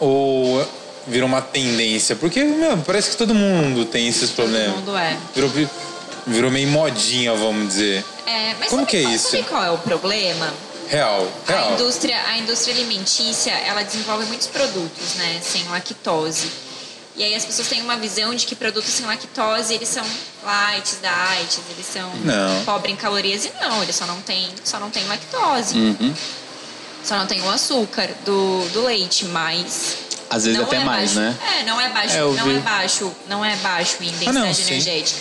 Speaker 2: ou virou uma tendência? Porque meu, parece que todo mundo tem esses
Speaker 3: Todo
Speaker 2: problemas.
Speaker 3: mundo é.
Speaker 2: Virou, virou meio modinha, vamos dizer.
Speaker 3: É, mas
Speaker 2: Como
Speaker 3: sabe,
Speaker 2: que é
Speaker 3: sabe
Speaker 2: isso?
Speaker 3: qual é o problema?
Speaker 2: Real,
Speaker 3: A
Speaker 2: real.
Speaker 3: indústria, a indústria alimentícia, ela desenvolve muitos produtos, né, sem lactose. E aí as pessoas têm uma visão de que produtos sem lactose, eles são light, diet, eles são
Speaker 2: Não.
Speaker 3: pobres em calorias e não, eles só não tem, só não tem lactose. Só não tem o açúcar do, do leite, mas
Speaker 1: Às vezes
Speaker 3: não
Speaker 1: até
Speaker 3: é
Speaker 1: mais,
Speaker 3: baixo,
Speaker 1: né?
Speaker 3: É, não é baixo,
Speaker 1: É, eu
Speaker 3: não
Speaker 1: vi. Ah,
Speaker 3: é baixo, não é baixo em densidade
Speaker 2: não, sim.
Speaker 3: energética.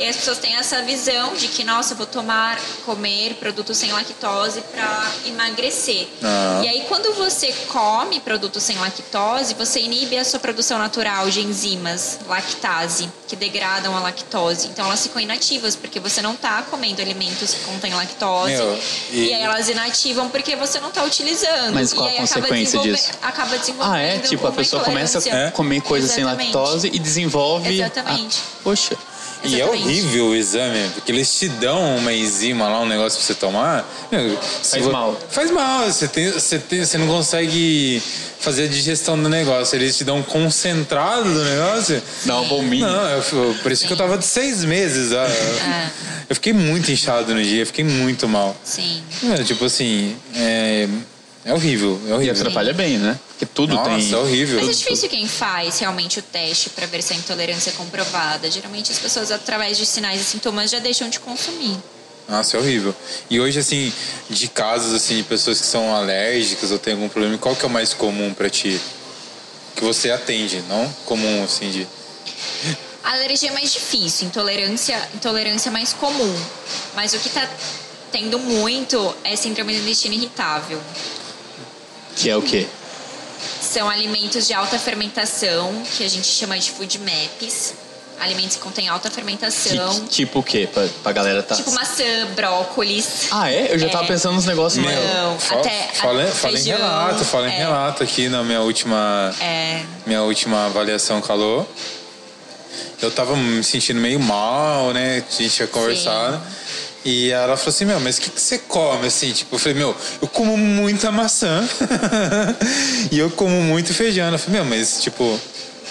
Speaker 3: E as pessoas têm essa visão de que, nossa, eu vou tomar, comer produtos sem lactose para emagrecer.
Speaker 2: Ah.
Speaker 3: E aí, quando você come produtos sem lactose, você inibe a sua produção natural de enzimas, lactase, que degradam a lactose. Então, elas ficam inativas, porque você não está comendo alimentos que contêm lactose.
Speaker 2: Meu,
Speaker 3: e...
Speaker 2: e-
Speaker 3: aí, elas inativam porque você não está utilizando.
Speaker 1: Mas
Speaker 3: E
Speaker 1: qual a
Speaker 3: aí
Speaker 1: consequência
Speaker 3: acaba desenvolve-
Speaker 1: disso?
Speaker 3: Acaba desenvolvendo
Speaker 1: Ah, é? Tipo, a
Speaker 3: uma
Speaker 1: pessoa começa
Speaker 3: intolerância.
Speaker 1: a comer coisas sem
Speaker 3: Exatamente.
Speaker 1: lactose e desenvolve.
Speaker 3: Exatamente.
Speaker 1: Ah, poxa.
Speaker 2: E é
Speaker 3: Exatamente.
Speaker 2: horrível o exame, porque eles te dão uma enzima lá, um negócio pra você tomar. Meu, se
Speaker 1: Faz
Speaker 2: vo-
Speaker 1: mal.
Speaker 2: Faz mal, você, tem, você, tem- você não consegue fazer a digestão do negócio. Eles te dão um concentrado do negócio.
Speaker 1: Dá um bombinho.
Speaker 2: Não, eu, eu, por isso que eu tava de seis meses. ó. Eu fiquei muito inchado no dia, fiquei muito mal.
Speaker 3: Sim.
Speaker 2: É, tipo assim, é, é horrível, é
Speaker 1: E
Speaker 2: horrível.
Speaker 1: atrapalha bem, né? Porque tudo
Speaker 2: Nossa,
Speaker 1: tem.
Speaker 2: é horrível.
Speaker 3: Mas é difícil quem faz realmente o teste para ver se a intolerância é comprovada. Geralmente as pessoas, através de sinais e sintomas, já deixam de consumir.
Speaker 2: Nossa, é horrível. E hoje, assim, de casos assim, de pessoas que são alérgicas ou têm algum problema, qual que é o mais comum pra ti? Que você atende, não comum, assim, de.
Speaker 3: A alergia é mais difícil, intolerância, intolerância é mais comum. Mas o que tá tendo muito é síndrome do intestino irritável.
Speaker 1: Que é o quê?
Speaker 3: São alimentos de alta fermentação, que a gente chama de food maps. Alimentos que contêm alta
Speaker 1: Que-
Speaker 3: fermentação.
Speaker 1: tipo o quê? Pra, pra galera tá.
Speaker 3: Então- Tipo maçã, brócolis.
Speaker 1: Ah, é? Eu já
Speaker 3: É.
Speaker 1: tava pensando nos negócios
Speaker 3: Não.
Speaker 1: mais.
Speaker 2: Fa-
Speaker 3: até-
Speaker 2: fala,
Speaker 3: até
Speaker 2: fala em
Speaker 3: feijão,
Speaker 2: relato, fala em
Speaker 3: é.
Speaker 2: relato aqui na minha última.
Speaker 3: É,
Speaker 2: minha última avaliação calor. Eu tava me sentindo meio mal, né? A gente tinha conversado. E ela falou assim, meu, mas o que, que você come, assim? Tipo, eu falei, meu, eu como muita maçã. e eu como muito feijão. Ela falou, meu, mas, tipo,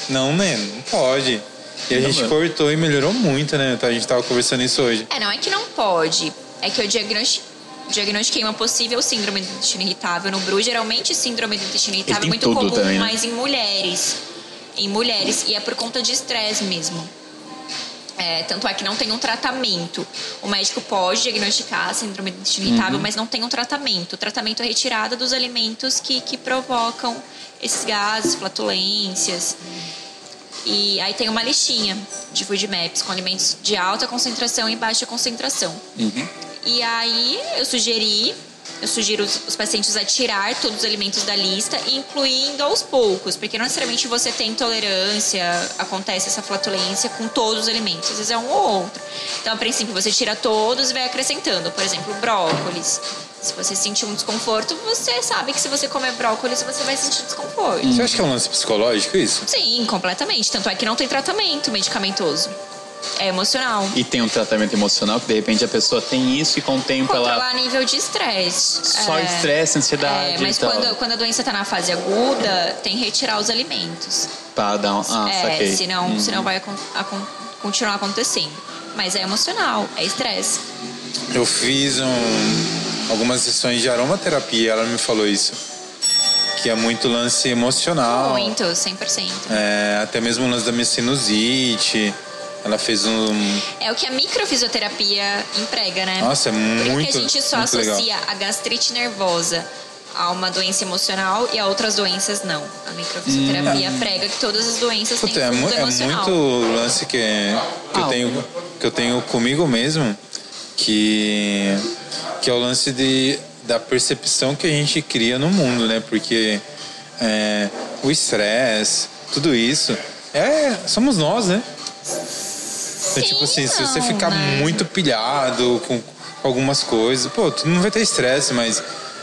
Speaker 2: não, né? Não pode. E a
Speaker 1: Não,
Speaker 2: gente
Speaker 1: mano.
Speaker 2: cortou e melhorou muito, né? Então, A gente tava conversando isso hoje.
Speaker 3: É, não é que não pode. É que eu diagnosti- diagnostiquei uma possível síndrome do intestino irritável no Bru. Geralmente, síndrome do intestino irritável é
Speaker 1: tem
Speaker 3: muito
Speaker 1: tudo
Speaker 3: comum,
Speaker 1: também, né?
Speaker 3: mas em mulheres. Em mulheres. E é por conta de estresse mesmo. É, tanto é que não tem um tratamento. O médico pode diagnosticar a síndrome do intestino
Speaker 1: Uhum.
Speaker 3: irritável, mas não tem um tratamento. O tratamento é retirada dos alimentos que, que provocam esses gases, flatulências. E aí tem uma listinha de food maps com alimentos de alta concentração e baixa concentração. E aí eu sugeri eu sugiro os, os pacientes a tirar todos os alimentos da lista, incluindo aos poucos, porque não necessariamente você tem intolerância, acontece essa flatulência com todos os alimentos, às vezes é um ou outro. Então, a princípio, você tira todos e vai acrescentando, por exemplo, brócolis. Se você sentir um desconforto, você sabe que se você comer brócolis, você vai sentir desconforto.
Speaker 2: Você acha que é um lance psicológico isso?
Speaker 3: Sim, completamente. Tanto é que não tem tratamento medicamentoso. É emocional.
Speaker 1: E tem um tratamento emocional que de repente a pessoa tem isso e com o tempo ela
Speaker 3: Controlar nível de estresse.
Speaker 1: só
Speaker 3: É,
Speaker 1: estresse, então. ansiedade
Speaker 3: É, mas
Speaker 1: e tal.
Speaker 3: quando, quando a doença tá na fase aguda, tem que retirar os alimentos.
Speaker 1: Pra dar um... Ah,
Speaker 3: é,
Speaker 1: saquei.
Speaker 3: senão,
Speaker 1: Hum.
Speaker 3: senão vai acon- acon- continuar acontecendo. Mas é emocional, é estresse.
Speaker 2: Eu fiz um- algumas sessões de aromaterapia, ela me falou isso. Que é muito lance
Speaker 1: Ah.
Speaker 2: emocional.
Speaker 3: Muito, 100%.
Speaker 2: É, até mesmo o lance da minha sinusite. Ela fez um.
Speaker 3: É o que a microfisioterapia emprega, né?
Speaker 2: Nossa, é muito.
Speaker 3: Porque a gente só
Speaker 2: muito
Speaker 3: associa
Speaker 2: legal.
Speaker 3: a gastrite nervosa a uma doença emocional e a outras doenças não. A microfisioterapia
Speaker 1: Hum.
Speaker 3: prega que todas as doenças
Speaker 2: Puta,
Speaker 3: têm
Speaker 2: é, mu-
Speaker 3: fundo
Speaker 2: é
Speaker 3: emocional.
Speaker 2: muito lance que, que, eu
Speaker 1: Ah.
Speaker 2: tenho, que eu tenho comigo mesmo, que, que é o lance de, da percepção que a gente cria no mundo, né? Porque é, o estresse, tudo isso, é, somos nós, né? É tipo assim, se você
Speaker 3: não,
Speaker 2: ficar
Speaker 3: né?
Speaker 2: muito pilhado com algumas coisas, pô, tu não vai ter estresse, mas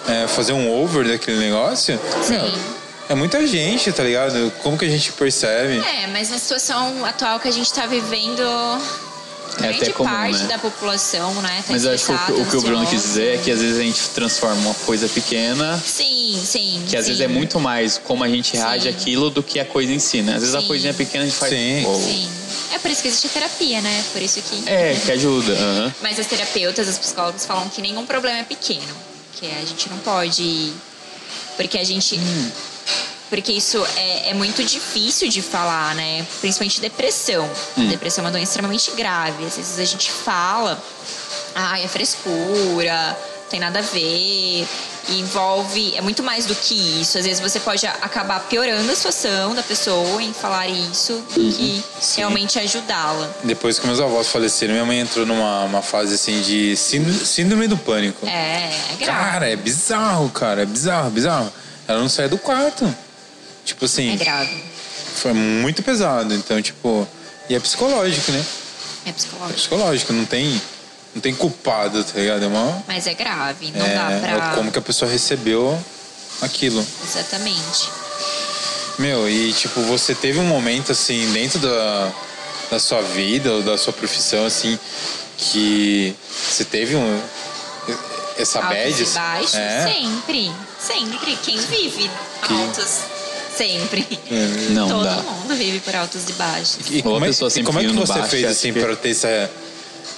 Speaker 2: é, fazer um over daquele negócio, meu,
Speaker 3: Sim.
Speaker 2: é muita gente, tá ligado? Como que a gente percebe?
Speaker 3: É, mas na situação atual que a gente tá vivendo,
Speaker 1: É
Speaker 3: grande
Speaker 1: até comum,
Speaker 3: parte
Speaker 1: né?
Speaker 3: da população, né? Tá
Speaker 1: Mas eu acho que o, que- o que o Bruno
Speaker 3: estressada,
Speaker 1: quis dizer é que às vezes a gente transforma uma coisa pequena,
Speaker 3: ansiosa. Sim, sim.
Speaker 1: que às
Speaker 3: sim.
Speaker 1: vezes é muito mais como a gente reage
Speaker 3: Sim.
Speaker 1: àquilo do que a coisa em si, né? Às vezes a
Speaker 3: Sim.
Speaker 1: coisinha pequena a gente faz.
Speaker 2: Sim.
Speaker 1: "Uou".
Speaker 3: Sim. É por isso que existe a terapia, né? Por isso que.
Speaker 1: É, que ajuda. aham.
Speaker 3: Mas as terapeutas, as psicólogas falam que nenhum problema é pequeno. Que a gente não pode. Porque a gente.
Speaker 2: Hum.
Speaker 3: Porque isso é, é muito difícil de falar, né? Principalmente depressão.
Speaker 2: Hum.
Speaker 3: Depressão é uma doença extremamente grave. Às vezes a gente fala, ai, é frescura, não tem nada a ver. E envolve. É muito mais do que isso. Às vezes você pode a- acabar piorando a situação da pessoa em falar isso do que
Speaker 2: Uhum. Sim.
Speaker 3: realmente ajudá-la.
Speaker 2: Depois que meus avós faleceram, minha mãe entrou numa uma fase assim de sínd- síndrome do pânico.
Speaker 3: É, é grave.
Speaker 2: Cara, é bizarro, cara, é bizarro, bizarro. Ela não sai do quarto. Tipo
Speaker 3: É
Speaker 2: assim,
Speaker 3: grave.
Speaker 2: foi muito pesado. Então, tipo, e é psicológico, né?
Speaker 3: É
Speaker 2: É
Speaker 3: psicológico.
Speaker 2: psicológico, não tem, não tem culpado, tá ligado? É uma,
Speaker 3: Mas é grave, não
Speaker 2: é,
Speaker 3: dá pra.
Speaker 2: é como que a pessoa recebeu aquilo.
Speaker 3: Exatamente.
Speaker 2: Meu, e tipo, você teve um momento assim dentro da, da sua vida ou da sua profissão assim que você teve um essa
Speaker 3: Altos
Speaker 2: bad
Speaker 3: e baixos,
Speaker 2: é,
Speaker 3: sempre. Sempre. Quem vive altos, sempre.
Speaker 1: Não
Speaker 3: Todo
Speaker 1: dá.
Speaker 3: mundo vive por altos e baixos.
Speaker 2: E como,
Speaker 1: Ou a
Speaker 2: é,
Speaker 1: pessoa
Speaker 2: e
Speaker 1: sempre
Speaker 2: como é que
Speaker 1: indo no
Speaker 2: você
Speaker 1: baixo,
Speaker 2: fez
Speaker 1: acho
Speaker 2: assim
Speaker 1: que-
Speaker 2: para ter essa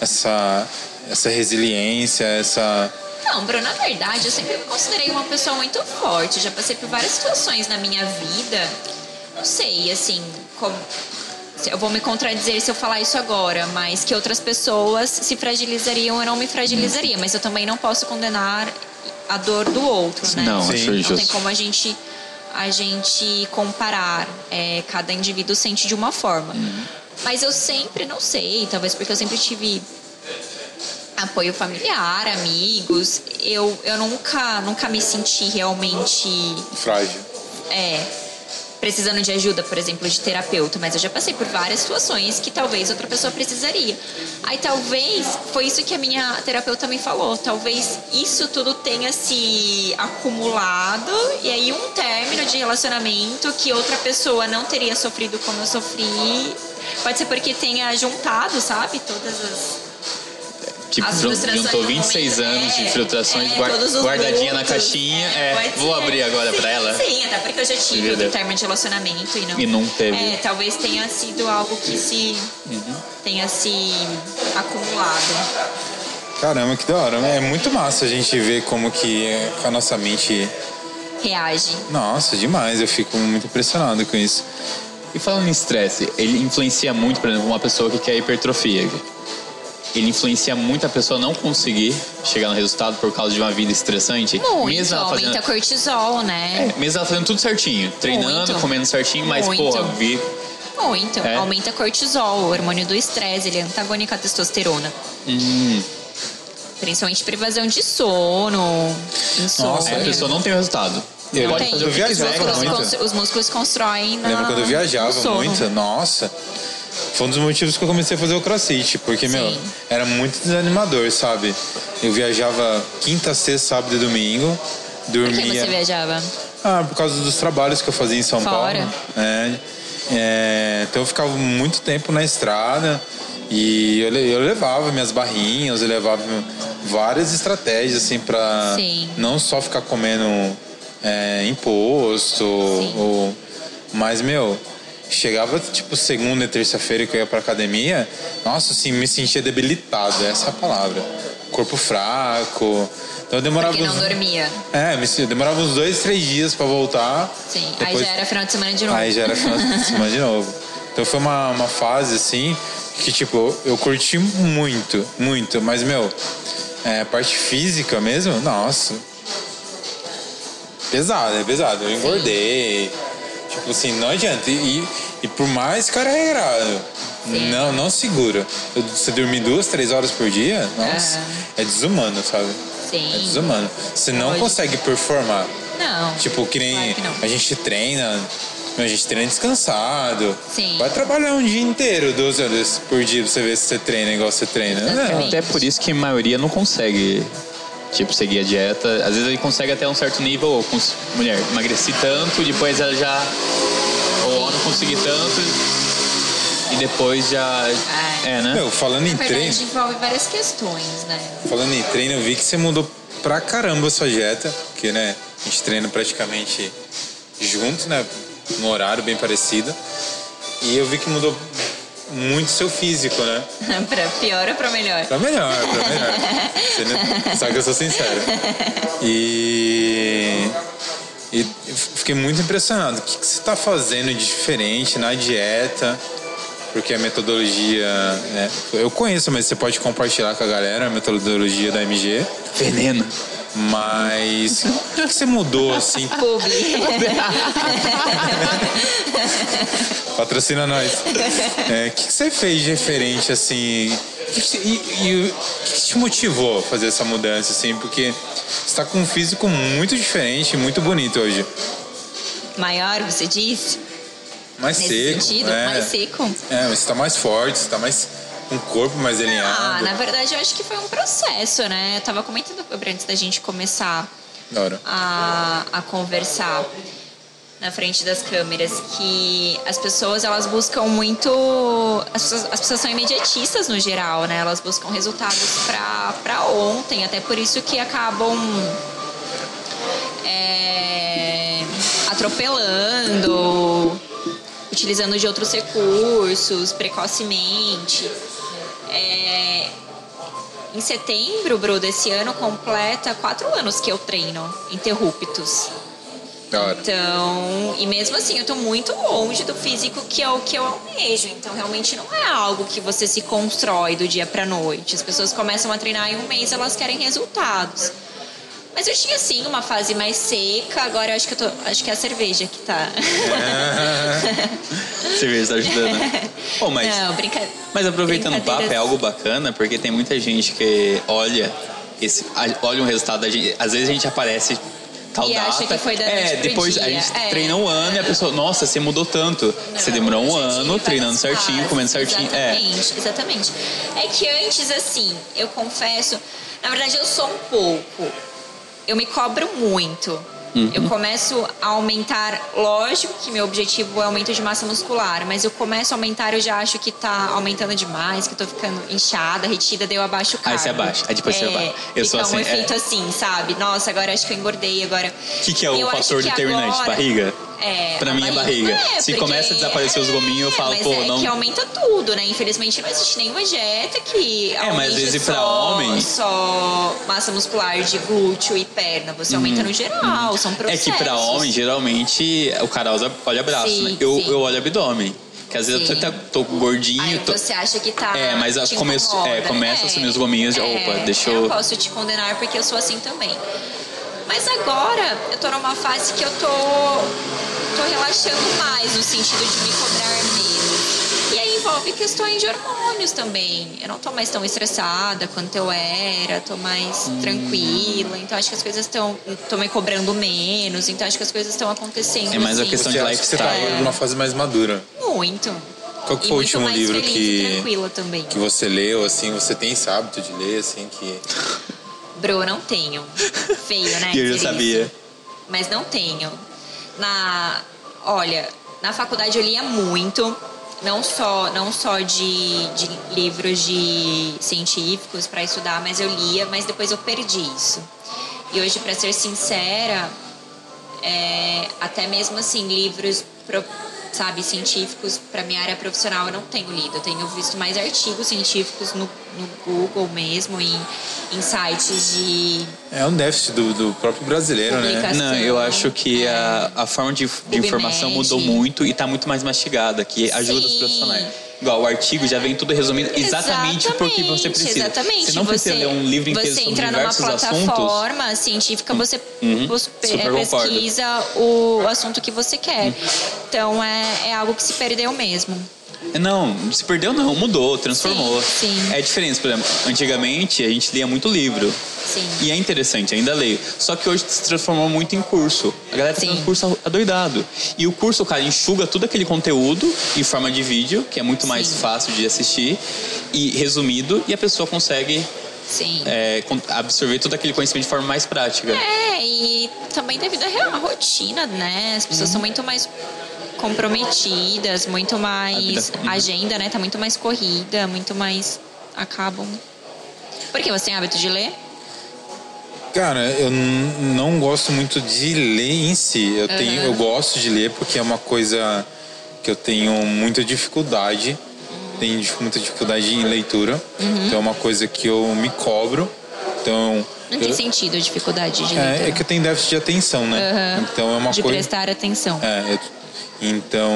Speaker 2: essa essa resiliência, essa
Speaker 3: Não, Bruno, na verdade, eu sempre me considerei uma pessoa muito forte. Já passei por várias situações na minha vida. Não sei, assim, como. se- Eu vou me contradizer se eu falar isso agora, mas que outras pessoas se fragilizariam, eu não me fragilizaria. Mas eu também não posso condenar a dor do outro, né?
Speaker 1: Não,
Speaker 2: Sim.
Speaker 1: acho
Speaker 2: Não
Speaker 3: Não tem
Speaker 1: injusto.
Speaker 3: como a gente a gente comparar. É, cada indivíduo sente de uma forma. Mas eu sempre, não sei, talvez porque eu sempre tive apoio familiar, amigos. Eu, eu nunca, nunca me senti realmente
Speaker 2: frágil.
Speaker 3: é, precisando de ajuda, por exemplo, de terapeuta, mas eu já passei por várias situações que talvez outra pessoa precisaria. Aí talvez foi isso que a minha terapeuta me falou, talvez isso tudo tenha se acumulado e aí um término de relacionamento que outra pessoa não teria sofrido como eu sofri, pode ser porque tenha juntado, sabe, todas as
Speaker 1: Tipo,
Speaker 3: as
Speaker 1: jun-
Speaker 3: frustrações
Speaker 1: juntou
Speaker 3: do
Speaker 1: 26
Speaker 3: momento,
Speaker 1: anos de
Speaker 3: é,
Speaker 1: frustrações
Speaker 3: é,
Speaker 1: guar-
Speaker 3: todos os
Speaker 1: guardadinha na
Speaker 3: lutos,
Speaker 1: caixinha.
Speaker 3: é,
Speaker 1: É,
Speaker 3: pode
Speaker 1: vou
Speaker 3: ser.
Speaker 1: abrir agora
Speaker 3: Sim,
Speaker 1: pra ela.
Speaker 3: Sim, até porque eu já tive
Speaker 1: Entendeu?
Speaker 3: outro término de relacionamento e não,
Speaker 1: E não teve. Uhum.
Speaker 3: É, talvez tenha sido algo que se tenha se acumulado.
Speaker 2: Caramba, que da hora. né? É muito massa a gente ver como que é, a nossa mente.
Speaker 3: Reage.
Speaker 2: Nossa, demais. Eu fico muito impressionado com isso.
Speaker 1: E falando em estresse, ele influencia muito, por exemplo, uma pessoa que quer hipertrofia. Ele influencia muito a pessoa não conseguir chegar no resultado por causa de uma vida estressante.
Speaker 3: Muito,
Speaker 1: mesmo ela
Speaker 3: aumenta
Speaker 1: fazendo, é,
Speaker 3: cortisol, né?
Speaker 1: mesmo ela fazendo tudo certinho, treinando,
Speaker 3: Muito.
Speaker 1: comendo certinho, mas
Speaker 3: Muito.
Speaker 1: porra, vi,
Speaker 3: Muito.
Speaker 1: É. Hum.
Speaker 3: Aumenta cortisol, o hormônio do estresse, ele é antagônico à testosterona. Principalmente privação de sono, insônia.
Speaker 2: Nossa,
Speaker 1: Aí a pessoa não tem o resultado.
Speaker 2: Eu-
Speaker 1: É. pode
Speaker 2: tem.
Speaker 1: fazer o
Speaker 2: Eu
Speaker 1: que
Speaker 2: viajava
Speaker 1: quiser. que ela
Speaker 3: Os
Speaker 2: muito.
Speaker 1: não-
Speaker 3: músculos, os músculos constroem na,
Speaker 2: Lembro quando eu viajava
Speaker 3: no sono.
Speaker 2: muito, nossa. Foi um dos motivos que eu comecei a fazer o crossfit, porque, meu,
Speaker 3: Sim.
Speaker 2: era muito desanimador, sabe? Eu viajava quinta, sexta, sábado e domingo,
Speaker 3: Por que
Speaker 2: dormia.
Speaker 3: você viajava?
Speaker 2: Ah, por causa dos trabalhos que eu fazia em São
Speaker 3: Fora.
Speaker 2: Paulo. né? É, então eu ficava muito tempo na estrada e eu, le- eu levava minhas barrinhas, eu levava várias estratégias assim para
Speaker 3: Sim.
Speaker 2: não só ficar comendo é, imposto, ou, mas meu chegava tipo segunda e terça-feira que eu ia para academia, nossa assim me sentia debilitado, essa é a palavra, corpo fraco, então eu demorava
Speaker 3: Porque não
Speaker 2: uns-
Speaker 3: dormia.
Speaker 2: é, me se- demorava uns dois, três dias pra voltar.
Speaker 3: Sim. Aí
Speaker 2: Depois-
Speaker 3: já era final de semana de novo.
Speaker 2: Aí já era final de semana de novo. Então foi uma, uma fase assim que, tipo, eu curti muito, muito. Mas, meu, é, parte física mesmo, nossa. Pesado, é pesado. Eu engordei. Tipo assim, não adianta. E, e- e por mais carregado,
Speaker 3: Sim.
Speaker 2: não, não segura. Eu- Você dormir duas, três horas por dia, nossa,
Speaker 3: Aham.
Speaker 2: é desumano, sabe? É
Speaker 3: Sim.
Speaker 2: desumano. Você não
Speaker 3: Pode.
Speaker 2: consegue performar.
Speaker 3: Não.
Speaker 2: Tipo, que nem
Speaker 3: Claro que não.
Speaker 2: a gente treina. meu, A gente treina descansado.
Speaker 3: Sim.
Speaker 2: Vai trabalhar um dia inteiro, 12 horas por dia, pra você ver se você treina igual você treina. Não.
Speaker 3: Exatamente.
Speaker 1: Até por isso que a maioria não consegue, tipo, seguir a dieta. Às vezes ele consegue até um certo nível, ou cons- mulher, emagreci tanto, depois ela já. Ou não consegui tanto, e depois já.
Speaker 3: Ai.
Speaker 1: É, né?
Speaker 2: Meu, falando em
Speaker 3: Na verdade,
Speaker 2: treino,
Speaker 3: envolve várias questões, né?
Speaker 2: falando em treino, eu vi que você mudou pra caramba a sua dieta. Porque, né, a gente treina praticamente junto, né? Num horário bem parecido. E eu vi que mudou muito seu físico, né?
Speaker 3: pra pior ou pra melhor?
Speaker 2: Pra Tá melhor, pra melhor. Você não- Só que eu sou sincero. E. E eu fiquei muito impressionado. O que, que você tá fazendo de diferente na dieta? Porque a metodologia. né, Eu conheço, mas você pode compartilhar com a galera a metodologia da MG.
Speaker 1: Veneno.
Speaker 2: Mas. O que, que você mudou assim?
Speaker 3: Publi.
Speaker 2: Patrocina nós. É, O que, que você fez de diferente, assim? O que que você- e, e o que, que te motivou a fazer essa mudança, assim? Porque você tá com um físico muito diferente, e muito bonito hoje.
Speaker 3: maior, você disse?
Speaker 2: Mais
Speaker 3: Nesse
Speaker 2: seco.
Speaker 3: sentido,
Speaker 2: é.
Speaker 3: mais seco.
Speaker 2: É, mas você tá mais forte, você tá mais. com o corpo mais
Speaker 3: Ah,
Speaker 2: alinhado.
Speaker 3: na verdade, eu acho que foi um processo, né? Eu tava comentando antes da gente começar
Speaker 2: Da hora.
Speaker 3: a, a conversar na frente das câmeras que as pessoas elas buscam muito as pessoas, as pessoas são imediatistas no geral né elas buscam resultados pra pra ontem até por isso que acabam é, atropelando utilizando de outros recursos precocemente É, em setembro, Bru, desse ano, completa quatro anos que eu treino interruptos.
Speaker 2: Da hora.
Speaker 3: Então, e mesmo assim, eu tô muito longe do físico que é o que eu almejo. Então, realmente não é algo que você se constrói do dia pra noite. As pessoas começam a treinar em um mês, elas querem resultados. Mas eu tinha sim uma fase mais seca, agora eu acho que eu tô, acho que é a cerveja que tá.
Speaker 1: Cerveja tá ajudando. Pô, mas.
Speaker 3: Não, brincadeira.
Speaker 1: Mas aproveitando o papo, é algo bacana, porque tem muita gente que olha, esse, a- olha um resultado da gente. Às vezes a gente aparece tal
Speaker 3: E
Speaker 1: data.
Speaker 3: acha que foi da noite
Speaker 1: É,
Speaker 3: pro
Speaker 1: depois a
Speaker 3: dia.
Speaker 1: gente
Speaker 3: É.
Speaker 1: treina um ano e a pessoa, nossa, você mudou tanto. você demorou um
Speaker 3: certinho,
Speaker 1: ano
Speaker 3: várias
Speaker 1: treinando certinho,
Speaker 3: fases.
Speaker 1: comendo certinho. É.
Speaker 3: Exatamente, exatamente. É que antes, assim, eu confesso, na verdade eu sou um pouco. Eu me cobro muito.
Speaker 1: Uhum.
Speaker 3: Eu começo a aumentar, lógico que meu objetivo é aumento de massa muscular, mas eu começo a aumentar, eu já acho que tá aumentando demais, que eu tô ficando inchada, retida, daí eu abaixo o
Speaker 1: Aí
Speaker 3: carbo.
Speaker 1: você abaixa, aí depois você abaixa.
Speaker 3: fica
Speaker 1: Eu sou assim,
Speaker 3: um
Speaker 1: é.
Speaker 3: efeito assim, sabe? Nossa, agora acho que eu engordei, agora...
Speaker 1: O que, que é o
Speaker 3: Eu acho
Speaker 1: fator
Speaker 3: que
Speaker 1: determinante?
Speaker 3: agora-
Speaker 1: Barriga?
Speaker 3: É,
Speaker 1: Pra
Speaker 3: a
Speaker 1: mim é barriga.
Speaker 3: É,
Speaker 1: Se
Speaker 3: porque-
Speaker 1: começa a desaparecer os gominhos, eu falo,
Speaker 3: mas
Speaker 1: pô,
Speaker 3: é
Speaker 1: não-
Speaker 3: que aumenta tudo, né? Infelizmente não existe nenhuma dieta que.
Speaker 1: É, mas às
Speaker 3: aumente
Speaker 1: vezes
Speaker 3: só,
Speaker 1: pra homem-
Speaker 3: Só massa muscular de glúteo e perna. Você aumenta no geral, são
Speaker 1: Hum. É
Speaker 3: processos.
Speaker 1: que pra homem, geralmente, o cara usa, olha braço,
Speaker 3: Sim,
Speaker 1: né? Eu,
Speaker 3: sim.
Speaker 1: eu olho abdômen. Que às vezes eu
Speaker 3: Sim.
Speaker 1: tô, tô gordinho,
Speaker 3: Aí
Speaker 1: tô,
Speaker 3: você acha que tá.
Speaker 1: É, mas
Speaker 3: te
Speaker 1: começo-
Speaker 3: incomoda. É,
Speaker 1: é, começa a sumir os gominhos, já, opa, deixa eu-
Speaker 3: Eu posso te condenar porque eu sou assim também. Mas agora eu tô numa fase que eu tô, tô relaxando mais no sentido de me cobrar menos. E aí envolve questões de hormônios também. Eu não tô mais tão estressada quanto eu era, tô mais
Speaker 1: Hum.
Speaker 3: tranquila. Então acho que as coisas estão. tô me cobrando menos. Então acho que as coisas estão acontecendo.
Speaker 1: É mais a
Speaker 3: assim,
Speaker 1: questão
Speaker 2: Você
Speaker 1: de
Speaker 2: acha que você tá
Speaker 1: lifestyle. né?
Speaker 2: agora numa fase mais madura.
Speaker 3: Muito.
Speaker 2: Qual que foi
Speaker 3: E
Speaker 2: o
Speaker 3: muito
Speaker 2: último
Speaker 3: mais
Speaker 2: livro
Speaker 3: feliz E
Speaker 2: que,
Speaker 3: tranquila também.
Speaker 2: que você leu, assim, você tem esse hábito de ler, assim, que...
Speaker 3: Bro, não tenho. Feio, né?
Speaker 1: E eu
Speaker 3: dizer
Speaker 1: já sabia.
Speaker 3: isso? Mas não tenho. Na, olha, na faculdade eu lia muito, não só, não só de, de livros de científicos para estudar, mas eu lia, mas depois eu perdi isso. E hoje, para ser sincera, é, até mesmo assim livros pro- sabe científicos para minha área profissional eu não tenho lido eu tenho visto mais artigos científicos no, no Google mesmo em, em sites de
Speaker 2: É um déficit do, do próprio brasileiro, né?
Speaker 3: Publica-
Speaker 1: Não, eu acho que a, a forma de, de informação
Speaker 3: PubMed.
Speaker 1: mudou muito e tá muito mais mastigada, que ajuda os
Speaker 3: Sim.
Speaker 1: profissionais. Igual, o artigo já vem tudo resumido exatamente porque você precisa.
Speaker 3: Exatamente.
Speaker 1: Você não precisa
Speaker 3: Você-
Speaker 1: ler um livro inteiro
Speaker 3: Você
Speaker 1: sobre
Speaker 3: entra numa
Speaker 1: diversos assuntos. Uhum.
Speaker 3: plataforma científica, você pos-
Speaker 1: Super
Speaker 3: é,
Speaker 1: concordo. Uhum.
Speaker 3: pesquisa o assunto que você quer. Então é, é algo que se perdeu mesmo.
Speaker 1: Não, se perdeu não, mudou, transformou.
Speaker 3: Sim, sim.
Speaker 1: É diferente, por exemplo, antigamente a gente lia muito livro.
Speaker 3: Sim.
Speaker 1: E é interessante, ainda leio. Só que hoje se transformou muito em curso. A galera tá
Speaker 3: Sim.
Speaker 1: fazendo curso adoidado. E o curso, cara, enxuga todo aquele conteúdo em forma de vídeo, que é muito mais
Speaker 3: Sim.
Speaker 1: fácil de assistir, e resumido, e a pessoa consegue
Speaker 3: Sim.
Speaker 1: é, con- absorver todo aquele conhecimento de forma mais prática.
Speaker 3: É, e também devido à real- à rotina, né? As pessoas
Speaker 2: Uhum.
Speaker 3: são muito mais comprometidas, muito mais.
Speaker 1: corrida.
Speaker 3: A agenda, né? Tá muito mais corrida, muito mais. Acabam. Por que você tem hábito de ler?
Speaker 2: Cara, eu n- não gosto muito de ler em si. Eu, tenho, eu gosto de ler porque é uma coisa que eu tenho muita dificuldade.
Speaker 3: Uhum.
Speaker 2: Tenho dif- muita dificuldade em leitura. Então é uma coisa que eu me cobro. Então.
Speaker 3: Não tem
Speaker 2: eu-
Speaker 3: sentido a dificuldade de ler.
Speaker 2: é, é que eu tenho déficit de atenção, né? Então é uma
Speaker 3: de
Speaker 2: coisa.
Speaker 3: prestar atenção.
Speaker 2: É, eu- então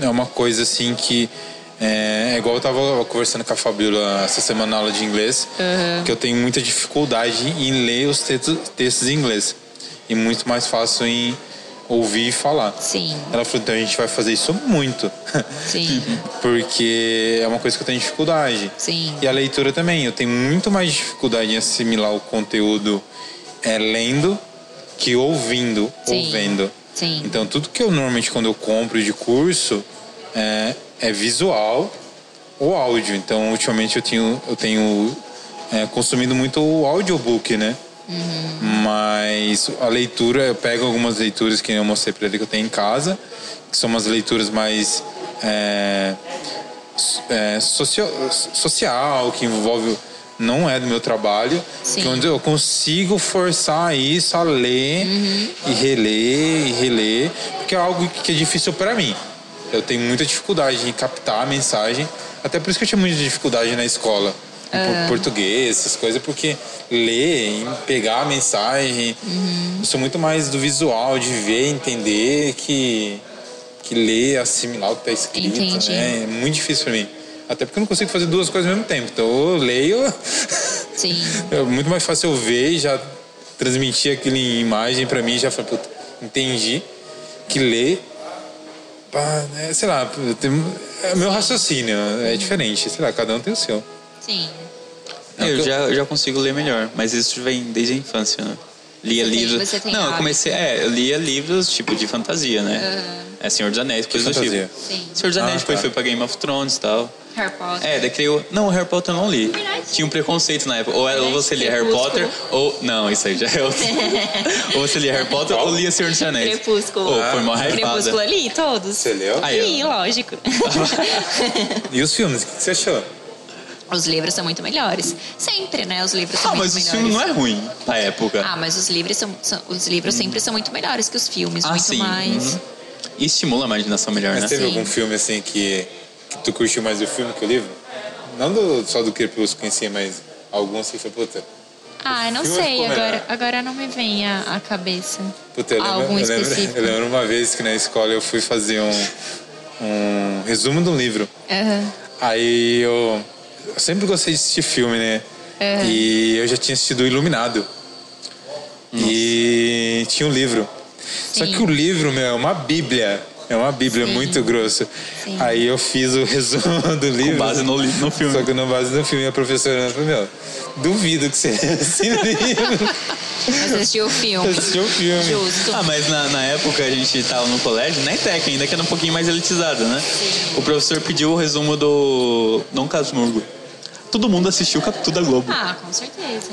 Speaker 2: é uma coisa assim que é, é igual eu tava conversando com a Fabiola essa semana na aula de inglês, que eu tenho muita dificuldade em ler os textos, textos em inglês e muito mais fácil em ouvir e falar.
Speaker 3: Sim,
Speaker 2: Ela falou, então a gente vai fazer isso muito,
Speaker 3: sim,
Speaker 2: Uhum. porque é uma coisa que eu tenho dificuldade.
Speaker 3: sim.
Speaker 2: E a leitura também. Eu tenho muito mais dificuldade em assimilar o conteúdo é, lendo que ouvindo
Speaker 3: Sim.
Speaker 2: ou vendo.
Speaker 3: Sim.
Speaker 2: Então, tudo que eu normalmente quando eu compro de curso é, é visual ou áudio. Então, ultimamente eu tenho, eu tenho é, consumido muito o audiobook, né? Mas a leitura, eu pego algumas leituras que eu mostrei pra ele que eu tenho em casa, que são umas leituras mais. é, é, socio- social, que envolve. Não é do meu trabalho.
Speaker 3: Sim.
Speaker 2: Que onde eu consigo forçar isso a ler e reler e reler, porque é algo que é difícil para mim. Eu tenho muita dificuldade em captar a mensagem. Até por isso que eu tinha muita dificuldade na escola. em po- Português, essas coisas, porque ler, em pegar a mensagem. Eu sou muito mais do visual, de ver, entender, que, que ler, assimilar o que tá escrito.
Speaker 3: Entendi.
Speaker 2: Né? É muito difícil pra mim. Até porque eu não consigo fazer duas coisas ao mesmo tempo. Então eu leio,
Speaker 3: Sim,
Speaker 2: é muito mais fácil eu ver e já transmitir aquela imagem pra mim. Já falei, puta, entendi que ler, pá, né, sei lá, eu tenho- é meu raciocínio, é diferente. Sei lá, cada um tem o seu.
Speaker 3: sim.
Speaker 1: Eu já, eu já consigo ler melhor, mas isso vem desde a infância, né? Lia
Speaker 3: Você tem-
Speaker 1: livros.
Speaker 3: você tem
Speaker 1: não, eu
Speaker 3: hábito.
Speaker 1: comecei. É, eu lia livros tipo de fantasia, né? É Senhor dos Anéis, coisas do
Speaker 2: fantasia?
Speaker 1: tipo.
Speaker 3: Ah, Sim.
Speaker 1: Senhor dos Anéis
Speaker 2: Ah,
Speaker 1: depois
Speaker 2: tá.
Speaker 1: foi pra Game of Thrones e tal.
Speaker 3: Harry Potter.
Speaker 1: É, daí criou. Não, Harry Potter eu não li.
Speaker 3: Verdade.
Speaker 1: Tinha um preconceito na época. Ou, era- ou
Speaker 3: Verdade,
Speaker 1: você lia Harry Potter,
Speaker 3: Crepúsculo.
Speaker 1: ou. Não, isso aí já é outro. ou você lia Harry Potter ou lia Senhor dos Anéis.
Speaker 3: Crepúsculo.
Speaker 1: Ou
Speaker 2: Oh,
Speaker 1: foi mó
Speaker 3: Crepúsculo é
Speaker 1: hypada.
Speaker 3: ali, todos.
Speaker 2: Você leu?
Speaker 1: Aí, ó.
Speaker 3: Sim, lógico.
Speaker 2: E os filmes, o que você achou?
Speaker 3: Os livros são muito melhores. Sempre, né? Os livros são
Speaker 1: Ah,
Speaker 3: muito
Speaker 1: mas o
Speaker 3: melhores.
Speaker 1: filme não é ruim na época.
Speaker 3: Ah, mas os livros, são, são- os livros sempre são muito melhores que os filmes.
Speaker 1: Ah,
Speaker 3: muito
Speaker 1: sim.
Speaker 3: mais.
Speaker 1: uhum. E estimula a imaginação melhor,
Speaker 2: Mas
Speaker 1: né?
Speaker 2: teve
Speaker 3: Sim.
Speaker 2: algum filme assim que, que tu curtiu mais o filme que o livro? Não do- só do Crepúsculo em si, mas alguns que foi, puta,
Speaker 3: Ah, eu não
Speaker 1: é
Speaker 2: filme
Speaker 3: sei.
Speaker 2: ficou melhor.
Speaker 3: Agora, agora não me vem a, a cabeça.
Speaker 2: Puta, eu lembro,
Speaker 3: Algum
Speaker 2: eu,
Speaker 3: específico.
Speaker 2: lembro, eu lembro uma vez que na escola eu fui fazer um, um resumo de um livro.
Speaker 3: Aham.
Speaker 2: Aí eu, eu sempre gostei de assistir filme, né? E eu já tinha assistido Iluminado. E tinha um livro. Só
Speaker 3: Sim.
Speaker 2: que o livro, meu, é uma bíblia. É uma bíblia
Speaker 3: Sim.
Speaker 2: muito grossa.
Speaker 3: Sim.
Speaker 2: Aí eu fiz o resumo do livro.
Speaker 1: base no li- no filme.
Speaker 2: Só que na base no filme a professora falou, meu, duvido que você leu esse livro.
Speaker 3: Mas assistiu o filme.
Speaker 2: Assistiu o filme.
Speaker 3: Justo.
Speaker 1: Ah, mas na, na época a gente tava no colégio, na ETEC ainda, que era um pouquinho mais elitizado, né? O professor pediu o resumo do Dom Casmurgo. Todo mundo assistiu Capitu da Globo.
Speaker 3: Ah, com certeza.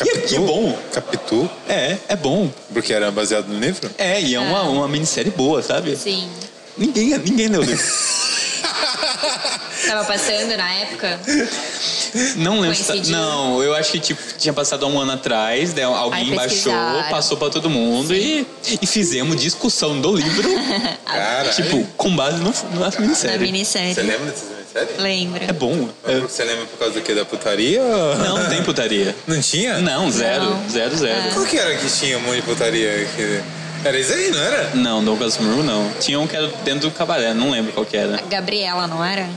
Speaker 1: E é- e é bom.
Speaker 2: Capitu,
Speaker 3: Ah.
Speaker 1: É, é bom.
Speaker 2: porque era baseado no livro.
Speaker 1: É, e é uma, uma minissérie boa, sabe?
Speaker 3: Sim.
Speaker 1: Ninguém, ninguém leu o livro.
Speaker 3: Tava passando na época.
Speaker 1: Não lembro se tá-
Speaker 3: Coincidiu.
Speaker 1: Não, eu acho que tipo, tinha passado há um ano atrás, daí alguém
Speaker 3: Aí
Speaker 1: baixou,
Speaker 3: pesquisaram.
Speaker 1: passou pra todo mundo e, e fizemos discussão do livro,
Speaker 2: Cara,
Speaker 1: tipo, com base no, na
Speaker 3: Na
Speaker 1: minissérie.
Speaker 2: você
Speaker 3: minissérie.
Speaker 2: lembra dessa série?
Speaker 3: Lembro.
Speaker 1: É bom.
Speaker 2: Mas
Speaker 1: É-
Speaker 2: Você lembra por causa do quê? Da putaria? ou-
Speaker 1: Não tem putaria.
Speaker 2: Não tinha?
Speaker 1: Não, zero.
Speaker 3: Não.
Speaker 1: Zero, zero.
Speaker 2: Qual que era que tinha um monte de putaria? que- Era isso aí, não
Speaker 3: É.
Speaker 2: era?
Speaker 1: Não, Douglas Murro não. Tinha um que era dentro do cabaré, não lembro qual que era.
Speaker 3: Gabriela, não era?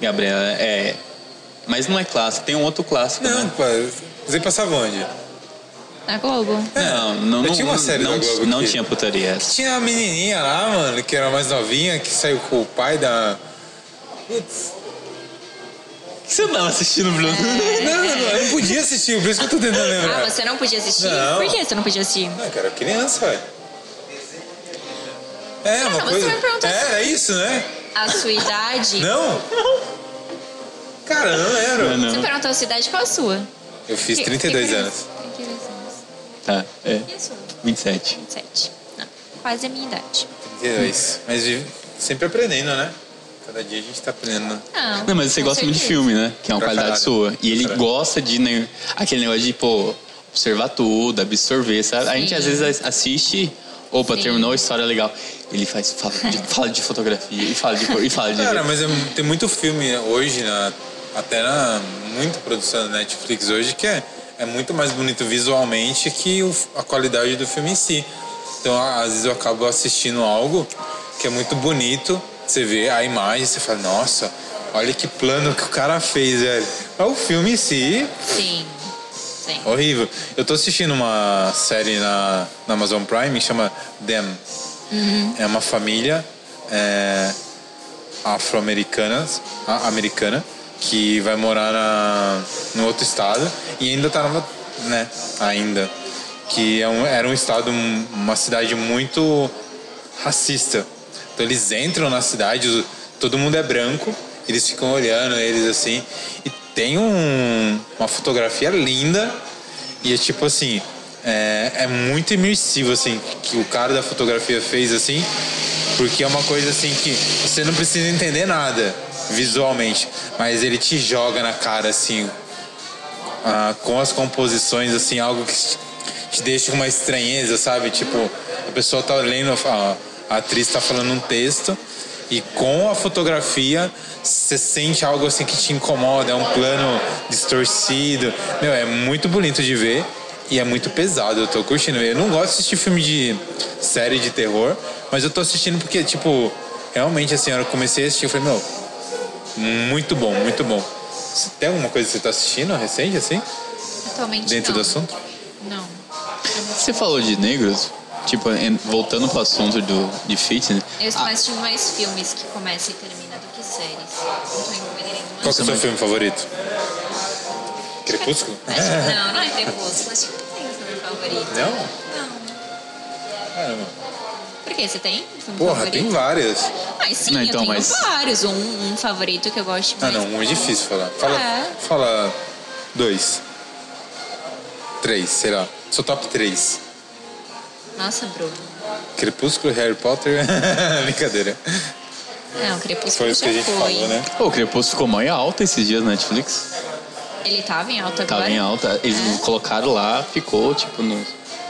Speaker 1: Gabriela, é. Mas não é clássico, tem um outro clássico,
Speaker 2: Não,
Speaker 1: né?
Speaker 2: pá. Você passava onde?
Speaker 3: Na Globo.
Speaker 1: Não, não,
Speaker 2: é. Eu
Speaker 1: não,
Speaker 2: tinha uma série
Speaker 1: não,
Speaker 2: da Globo
Speaker 1: não
Speaker 2: que-
Speaker 1: tinha putaria.
Speaker 2: Tinha a menininha lá, mano, que era mais novinha, que saiu com o pai da... Putz.
Speaker 1: O que você tava assistindo, Bruno?
Speaker 2: Não, não, não, eu não podia assistir, por isso que eu tô tentando
Speaker 3: Ah,
Speaker 2: lembrar.
Speaker 3: você não podia assistir?
Speaker 2: Não.
Speaker 3: Por que você não podia assistir?
Speaker 2: Ah, cara, criança, velho. É, uma
Speaker 3: você
Speaker 2: coisa...
Speaker 3: me perguntou
Speaker 2: É,
Speaker 3: se-
Speaker 2: era isso, né?
Speaker 3: A sua idade.
Speaker 2: Não? Cara, não
Speaker 1: Não,
Speaker 2: era.
Speaker 1: não.
Speaker 3: É. Você perguntou a sua idade, qual a sua?
Speaker 2: Eu fiz
Speaker 3: Que-
Speaker 2: 32
Speaker 3: que-
Speaker 2: anos.
Speaker 3: 32 anos.
Speaker 1: Tá, é.
Speaker 3: E a sua?
Speaker 1: 27.
Speaker 3: 27. Não, quase a minha idade.
Speaker 2: 32. Mas vive- sempre aprendendo, né? Cada dia a gente tá aprendendo.
Speaker 3: Não,
Speaker 1: Não, mas você
Speaker 3: com
Speaker 1: gosta muito de
Speaker 3: certeza.
Speaker 1: filme, né? Que é uma
Speaker 2: Pra
Speaker 1: qualidade
Speaker 2: caralho.
Speaker 1: sua. E ele
Speaker 2: Pra caralho.
Speaker 1: gosta de né, aquele negócio de, pô, observar tudo, absorver, sabe? A gente
Speaker 3: Sim.
Speaker 1: às vezes assiste, opa,
Speaker 3: Sim.
Speaker 1: terminou a história legal. Ele faz, fala de, fala de fotografia, e fala de cor, e fala de.
Speaker 2: Cara, mas é mu- tem muito filme hoje, na- até na muita produção da Netflix hoje, que é, é muito mais bonito visualmente que o f- a qualidade do filme em si. Então, a- às vezes eu acabo assistindo algo que é muito bonito, você vê a imagem, você fala, nossa, olha que plano que o cara fez, velho. Mas o filme em si,
Speaker 3: Sim. Sim.
Speaker 2: Horrível. Eu tô assistindo uma série na, na Amazon Prime que chama Them. É uma família é, afro-americana a- americana, que vai morar na, no outro estado e ainda tá numa, né, ainda. Que é um- era um estado, um- uma cidade muito racista. Então eles entram na cidade, os- todo mundo é branco, eles ficam olhando eles assim. E tem um- uma fotografia linda e é tipo assim. É, é muito imersivo, assim, que o cara da fotografia fez, assim, porque é uma coisa assim que você não precisa entender nada visualmente, mas ele te joga na cara, assim, ah, com as composições, assim, algo que te- te deixa com uma estranheza, sabe? Tipo, a pessoa tá lendo, a, a atriz tá falando um texto e com a fotografia você sente algo assim que te incomoda, é um plano distorcido. Meu, é muito bonito de ver e é muito pesado, eu tô curtindo. Eu não gosto de assistir filme de série de terror, mas eu tô assistindo porque, tipo, realmente assim, a hora que eu comecei a assistir, eu falei, meu, muito bom, muito bom. Você Tem alguma coisa que você tá assistindo recente, assim?
Speaker 3: Atualmente
Speaker 2: Dentro
Speaker 3: não.
Speaker 2: do assunto?
Speaker 3: Não.
Speaker 1: Você falou de negros, tipo, en- voltando pro assunto do, de fitness.
Speaker 3: Eu
Speaker 2: Ah.
Speaker 3: estou
Speaker 1: a-
Speaker 3: assistindo mais filmes que começam e terminam do que séries. Não tô
Speaker 2: Qual
Speaker 3: entendendo
Speaker 2: que é o seu
Speaker 1: Também.
Speaker 2: filme favorito? Crepúsculo?
Speaker 3: Acho que não, não é Crepúsculo. Acho que não tem filme favorito.
Speaker 2: Não?
Speaker 3: Não.
Speaker 2: Caramba.
Speaker 3: Por quê? Você tem um filme
Speaker 2: Porra,
Speaker 3: favorito?
Speaker 2: tem várias.
Speaker 3: Mas sim,
Speaker 1: Não, então,
Speaker 3: eu tenho
Speaker 1: mas-
Speaker 3: vários. Um, um favorito que eu gosto
Speaker 2: Ah,
Speaker 3: mais.
Speaker 2: não, um é difícil falar. Fala,
Speaker 3: É.
Speaker 2: fala dois. Três, sei lá. Sou top três. um-
Speaker 3: Nossa, Bruno.
Speaker 2: Crepúsculo, Harry Potter. Brincadeira.
Speaker 3: Não, Crepúsculo
Speaker 2: Foi isso
Speaker 3: já
Speaker 2: que a gente
Speaker 3: foi.
Speaker 2: falou, né?
Speaker 1: Pô, o Crepúsculo ficou mó em alta esses dias na Netflix.
Speaker 3: Ele tava em alta agora?
Speaker 1: Tava em alta. Eles
Speaker 3: É.
Speaker 1: colocaram lá, ficou, tipo, no,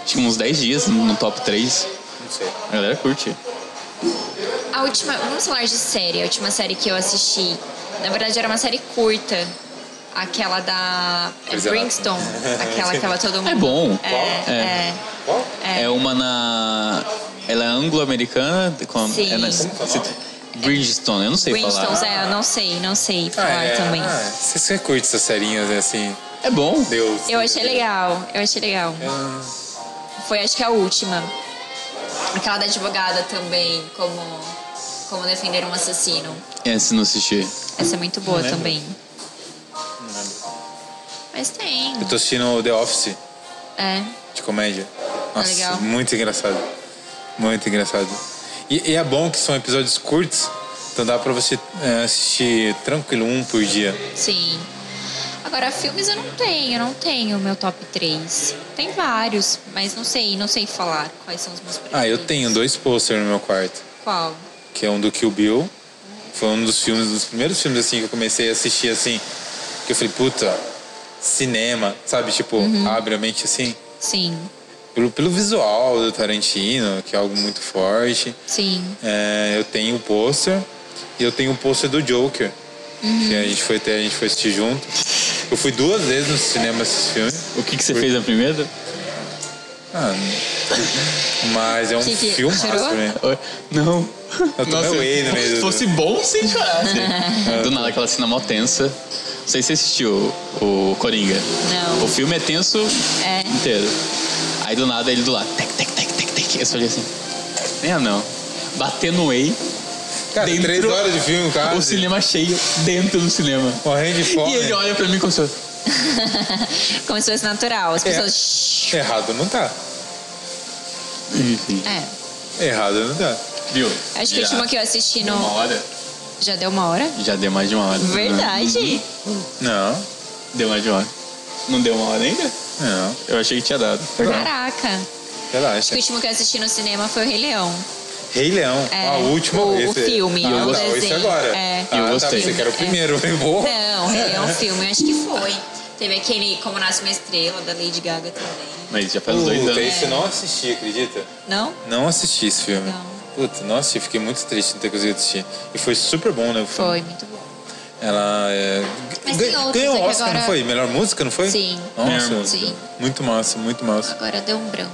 Speaker 1: tinha uns 10 dias no, no top 3.
Speaker 2: Não sei.
Speaker 1: A galera curte.
Speaker 3: A última, vamos falar de série. A última série que eu assisti, na verdade era uma série curta. Aquela da é
Speaker 2: Pois é.
Speaker 3: Brimstone, aquela que tava todo mundo.
Speaker 1: É bom.
Speaker 3: É,
Speaker 1: É.
Speaker 3: é.
Speaker 2: Qual?
Speaker 1: É, uma na. Ela é anglo-americana. com-
Speaker 3: Sim.
Speaker 1: É na...
Speaker 3: Como
Speaker 2: que é o nome?
Speaker 1: Bridgestone, eu não sei
Speaker 3: Brimstone,
Speaker 1: falar.
Speaker 3: é, eu não sei, não sei
Speaker 2: Ah,
Speaker 3: falar
Speaker 2: é.
Speaker 3: também.
Speaker 2: Ah, você, você curte essas serinhas assim?
Speaker 1: É bom.
Speaker 2: Deus. né?
Speaker 3: Eu achei legal, eu achei legal.
Speaker 2: É.
Speaker 3: Foi acho que a última. Aquela da advogada também, como Como defender um assassino.
Speaker 1: Essa É, não assisti.
Speaker 3: Essa é muito boa
Speaker 2: Não lembro.
Speaker 3: também. Mas tem.
Speaker 2: Eu tô assistindo The Office
Speaker 3: É.
Speaker 2: de comédia. Nossa,
Speaker 3: Legal.
Speaker 2: muito engraçado. Muito engraçado. E, e é bom que são episódios curtos, então dá pra você é, assistir tranquilo um por dia.
Speaker 3: Sim. Agora, filmes eu não tenho, eu não tenho o meu top 3. Tem vários, mas não sei, não sei falar quais são os meus preferidos.
Speaker 2: Ah, eu tenho dois posters no meu quarto.
Speaker 3: Qual?
Speaker 2: que é um do Kill Bill. Foi um dos filmes, dos primeiros filmes assim que eu comecei a assistir assim, que eu falei, puta, cinema, sabe? Tipo, abre a mente assim,
Speaker 3: Sim,
Speaker 2: pelo, pelo visual do Tarantino, que é algo muito forte.
Speaker 3: sim.
Speaker 2: É, eu tenho o pôster e eu tenho o pôster do Joker. Que a gente foi até, a gente foi assistir junto. Eu fui duas vezes no cinema assistir filme.
Speaker 1: O que, que você fez na primeira?
Speaker 2: Ah, mas é um
Speaker 3: Que que-
Speaker 2: filme
Speaker 3: chorou?
Speaker 2: né?
Speaker 1: Oi? Não.
Speaker 2: Eu tomei no meio
Speaker 1: se
Speaker 2: do-
Speaker 1: fosse bom, sem chorar. Do nada, aquela cena mó tensa. Não sei se você assistiu o, o Coringa.
Speaker 3: Não.
Speaker 1: O filme é tenso
Speaker 3: É.
Speaker 1: inteiro. Aí do nada ele do lado. Tec, tec, tec, tec, tec. Eu só olhei assim. Nem é não. Bater no Way,
Speaker 2: Cara,
Speaker 1: Dentro-
Speaker 2: três horas de filme, cara.
Speaker 1: o cinema cheio dentro do cinema.
Speaker 2: Morrendo de
Speaker 1: E
Speaker 2: fome.
Speaker 1: ele olha pra mim um como se eu-
Speaker 3: Como se fosse natural.
Speaker 2: É.
Speaker 3: As pessoas.
Speaker 2: Errado não tá.
Speaker 1: Enfim.
Speaker 3: É.
Speaker 2: Errado não tá.
Speaker 1: Viu?
Speaker 3: Acho que o
Speaker 1: Já
Speaker 3: último que eu assisti
Speaker 1: deu Uma
Speaker 3: no.
Speaker 1: hora?
Speaker 3: Já deu uma hora?
Speaker 1: Já deu mais de uma hora. Uhum.
Speaker 3: Verdade.
Speaker 2: Não,
Speaker 1: Deu mais de uma hora. Não deu uma hora ainda?
Speaker 2: não.
Speaker 1: Eu achei que tinha dado.
Speaker 2: Uhum.
Speaker 3: Caraca. Acho que
Speaker 2: Relaxa.
Speaker 3: o último que eu assisti no cinema foi o Rei Leão.
Speaker 2: Rei Leão.
Speaker 3: É,
Speaker 2: ah, o último.
Speaker 3: o- o
Speaker 2: esse.
Speaker 3: filme, é um
Speaker 2: Ah,
Speaker 1: o
Speaker 2: não,
Speaker 3: desenho.
Speaker 2: esse agora.
Speaker 3: É.
Speaker 2: Ah,
Speaker 1: Eu
Speaker 2: tá.
Speaker 1: gostei.
Speaker 2: Pensei que era o primeiro. Eu falei, boa.
Speaker 3: Não, o Rei Leão é um
Speaker 2: É.
Speaker 3: filme, eu acho que foi. Teve aquele Como Nasce uma Estrela, da Lady Gaga também.
Speaker 1: Mas já faz uns dois
Speaker 2: Puta,
Speaker 1: anos.
Speaker 2: esse eu não assisti, acredita?
Speaker 3: Não?
Speaker 2: Não assisti esse filme.
Speaker 3: Não.
Speaker 2: Puta, não assisti. Fiquei muito triste de não ter conseguido assistir. E foi super bom, né? o filme?
Speaker 3: Foi, muito bom.
Speaker 2: Ela é...
Speaker 3: Mas
Speaker 2: gan-
Speaker 3: tem outros,
Speaker 2: ganhou
Speaker 3: é
Speaker 2: o
Speaker 3: que
Speaker 2: Oscar,
Speaker 3: agora-
Speaker 2: não foi? Melhor música, não foi?
Speaker 3: Sim.
Speaker 1: Melhor
Speaker 2: Nossa,
Speaker 1: música.
Speaker 3: Sim.
Speaker 2: muito massa, muito massa.
Speaker 3: Agora deu um branco.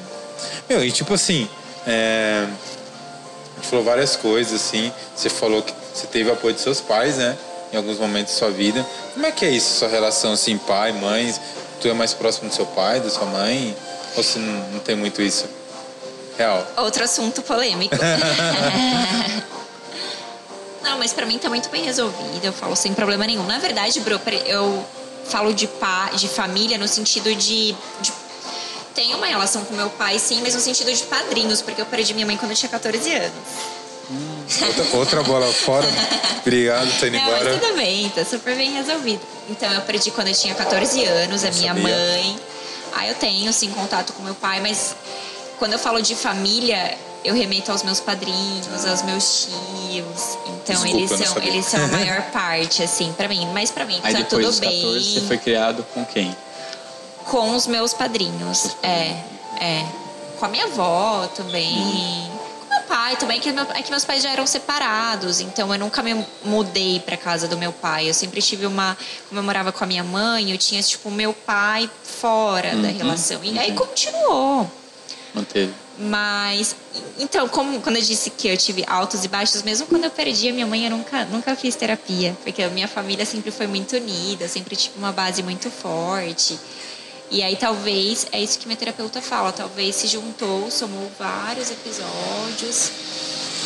Speaker 2: Meu, e tipo assim, é... a gente falou várias coisas, assim. Você falou que você teve apoio de seus pais, né? Em alguns momentos da sua vida. Como é que é isso, sua relação, assim, pai, mãe? Tu é mais próximo do seu pai, da sua mãe? Ou você não, não tem muito isso? Real.
Speaker 3: Outro assunto polêmico. Não, mas pra mim tá muito bem resolvido, eu falo sem problema nenhum. Na verdade, bro, pre- eu falo de pá, de família no sentido de, de tenho uma relação com meu pai, sim, mas no sentido de padrinhos, porque eu perdi minha mãe quando eu tinha 14 anos.
Speaker 2: Outra, outra bola fora. Obrigado, tá indo
Speaker 3: Não, mas
Speaker 2: embora.
Speaker 3: tudo bem, tá super bem resolvido. Então eu perdi quando eu tinha 14 anos, a
Speaker 2: Não
Speaker 3: minha
Speaker 2: sabia.
Speaker 3: mãe. Aí eu tenho sim contato com meu pai, mas quando eu falo de família, eu remeto aos meus padrinhos, aos meus tios. Então
Speaker 2: Desculpa,
Speaker 3: eles
Speaker 2: eu não
Speaker 3: são,
Speaker 2: sabia.
Speaker 3: eles são a maior parte assim pra mim, mas pra mim
Speaker 1: Aí
Speaker 3: tá
Speaker 1: depois
Speaker 3: tudo
Speaker 1: dos 14
Speaker 3: bem
Speaker 1: você foi criado com quem?
Speaker 3: com os meus padrinhos. É, é. Com a minha avó também. Com meu pai também, que meu- é que meus pais já eram separados, então eu nunca me mudei pra casa do meu pai. Eu sempre tive uma. Como eu morava com a minha mãe, eu tinha, tipo, meu pai fora da relação. E aí continuou.
Speaker 1: Manteve.
Speaker 3: Mas, então, como quando eu disse que eu tive altos e baixos, mesmo quando eu perdi a minha mãe, eu nunca, nunca fiz terapia. Porque a minha família sempre foi muito unida, sempre tive uma base muito forte. E aí, talvez, é isso que minha terapeuta fala, talvez se juntou, somou vários episódios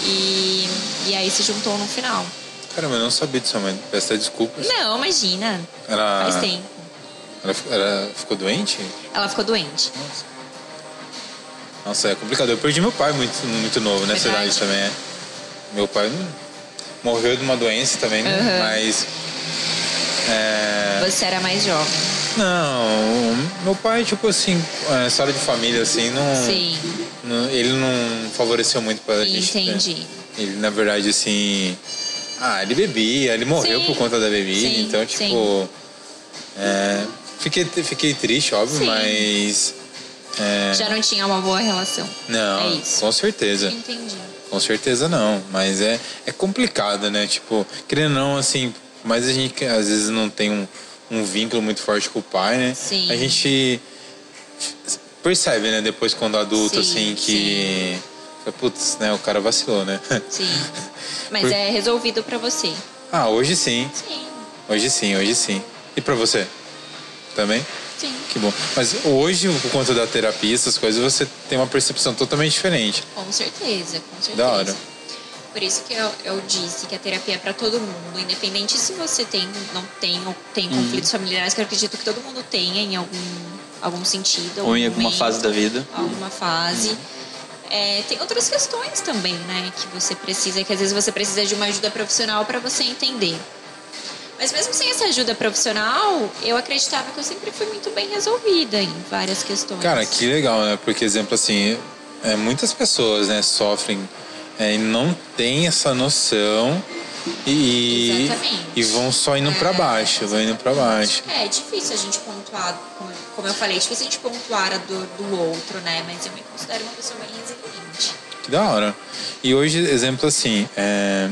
Speaker 3: e, e aí se juntou no final.
Speaker 2: Caramba, eu não sabia de sua mãe. Peço até desculpas.
Speaker 3: Não, imagina,
Speaker 2: Ela,
Speaker 3: faz tempo.
Speaker 2: ela, fi- ela ficou doente?
Speaker 3: Ela ficou doente.
Speaker 2: Nossa, é complicado. Eu perdi meu pai muito, muito novo nessa
Speaker 3: Verdade.
Speaker 2: idade também. é. Meu pai hum, morreu de uma doença também, né?
Speaker 3: Aham.
Speaker 2: mas. é,
Speaker 3: Você era mais jovem.
Speaker 2: Não, meu pai, tipo assim, é, história de família, assim, não.
Speaker 3: Sim,
Speaker 2: não- ele não favoreceu muito pra gente. né?
Speaker 3: entendi.
Speaker 2: Ele, na verdade, assim. Ah, ele bebia, ele morreu
Speaker 3: Sim.
Speaker 2: por conta da bebida,
Speaker 3: Sim,
Speaker 2: então, tipo. é, fiquei, fiquei triste, óbvio,
Speaker 3: Sim.
Speaker 2: mas. é,
Speaker 3: Já não tinha uma boa relação.
Speaker 2: não,
Speaker 3: É isso.
Speaker 2: com certeza.
Speaker 3: Entendi.
Speaker 2: Com certeza não, mas é, é complicado, né? Tipo, querendo ou não, assim, mas a gente que às vezes não tem um, um vínculo muito forte com o pai, né?
Speaker 3: Sim.
Speaker 2: A gente percebe, né, depois quando adulto,
Speaker 3: Sim,
Speaker 2: assim, que. Putz, né, o cara vacilou, né?
Speaker 3: Sim. Mas
Speaker 2: Por-
Speaker 3: é resolvido pra você.
Speaker 2: ah, hoje sim,
Speaker 3: Sim,
Speaker 2: hoje sim, hoje sim. E pra você? Também?
Speaker 3: sim.
Speaker 2: Que bom. Mas hoje, por conta da terapia, essas coisas, você tem uma percepção totalmente diferente.
Speaker 3: Com certeza, com certeza.
Speaker 2: Da hora.
Speaker 3: Por isso que eu, eu disse que a terapia é para todo mundo, independente se você tem, não tem ou tem
Speaker 1: Uhum.
Speaker 3: conflitos familiares, que eu acredito que todo mundo tenha em algum, algum sentido.
Speaker 1: Ou em alguma
Speaker 3: momento,
Speaker 1: fase da vida.
Speaker 3: Alguma fase. É, tem outras questões também, né? Que você precisa, que às vezes você precisa de uma ajuda profissional para você entender. Mas mesmo sem essa ajuda profissional, eu acreditava que eu sempre fui muito bem resolvida em várias questões.
Speaker 2: Cara, que legal, né? Porque, exemplo, assim, é, muitas pessoas né, sofrem é, e não têm essa noção e,
Speaker 3: Exatamente.
Speaker 2: e vão só indo pra
Speaker 3: É,
Speaker 2: baixo, vão indo pra baixo.
Speaker 3: É difícil a gente pontuar, como- como eu falei, é difícil a gente pontuar a dor do outro, né? Mas eu me considero uma pessoa bem resiliente.
Speaker 2: Que da hora. E hoje, exemplo assim, é,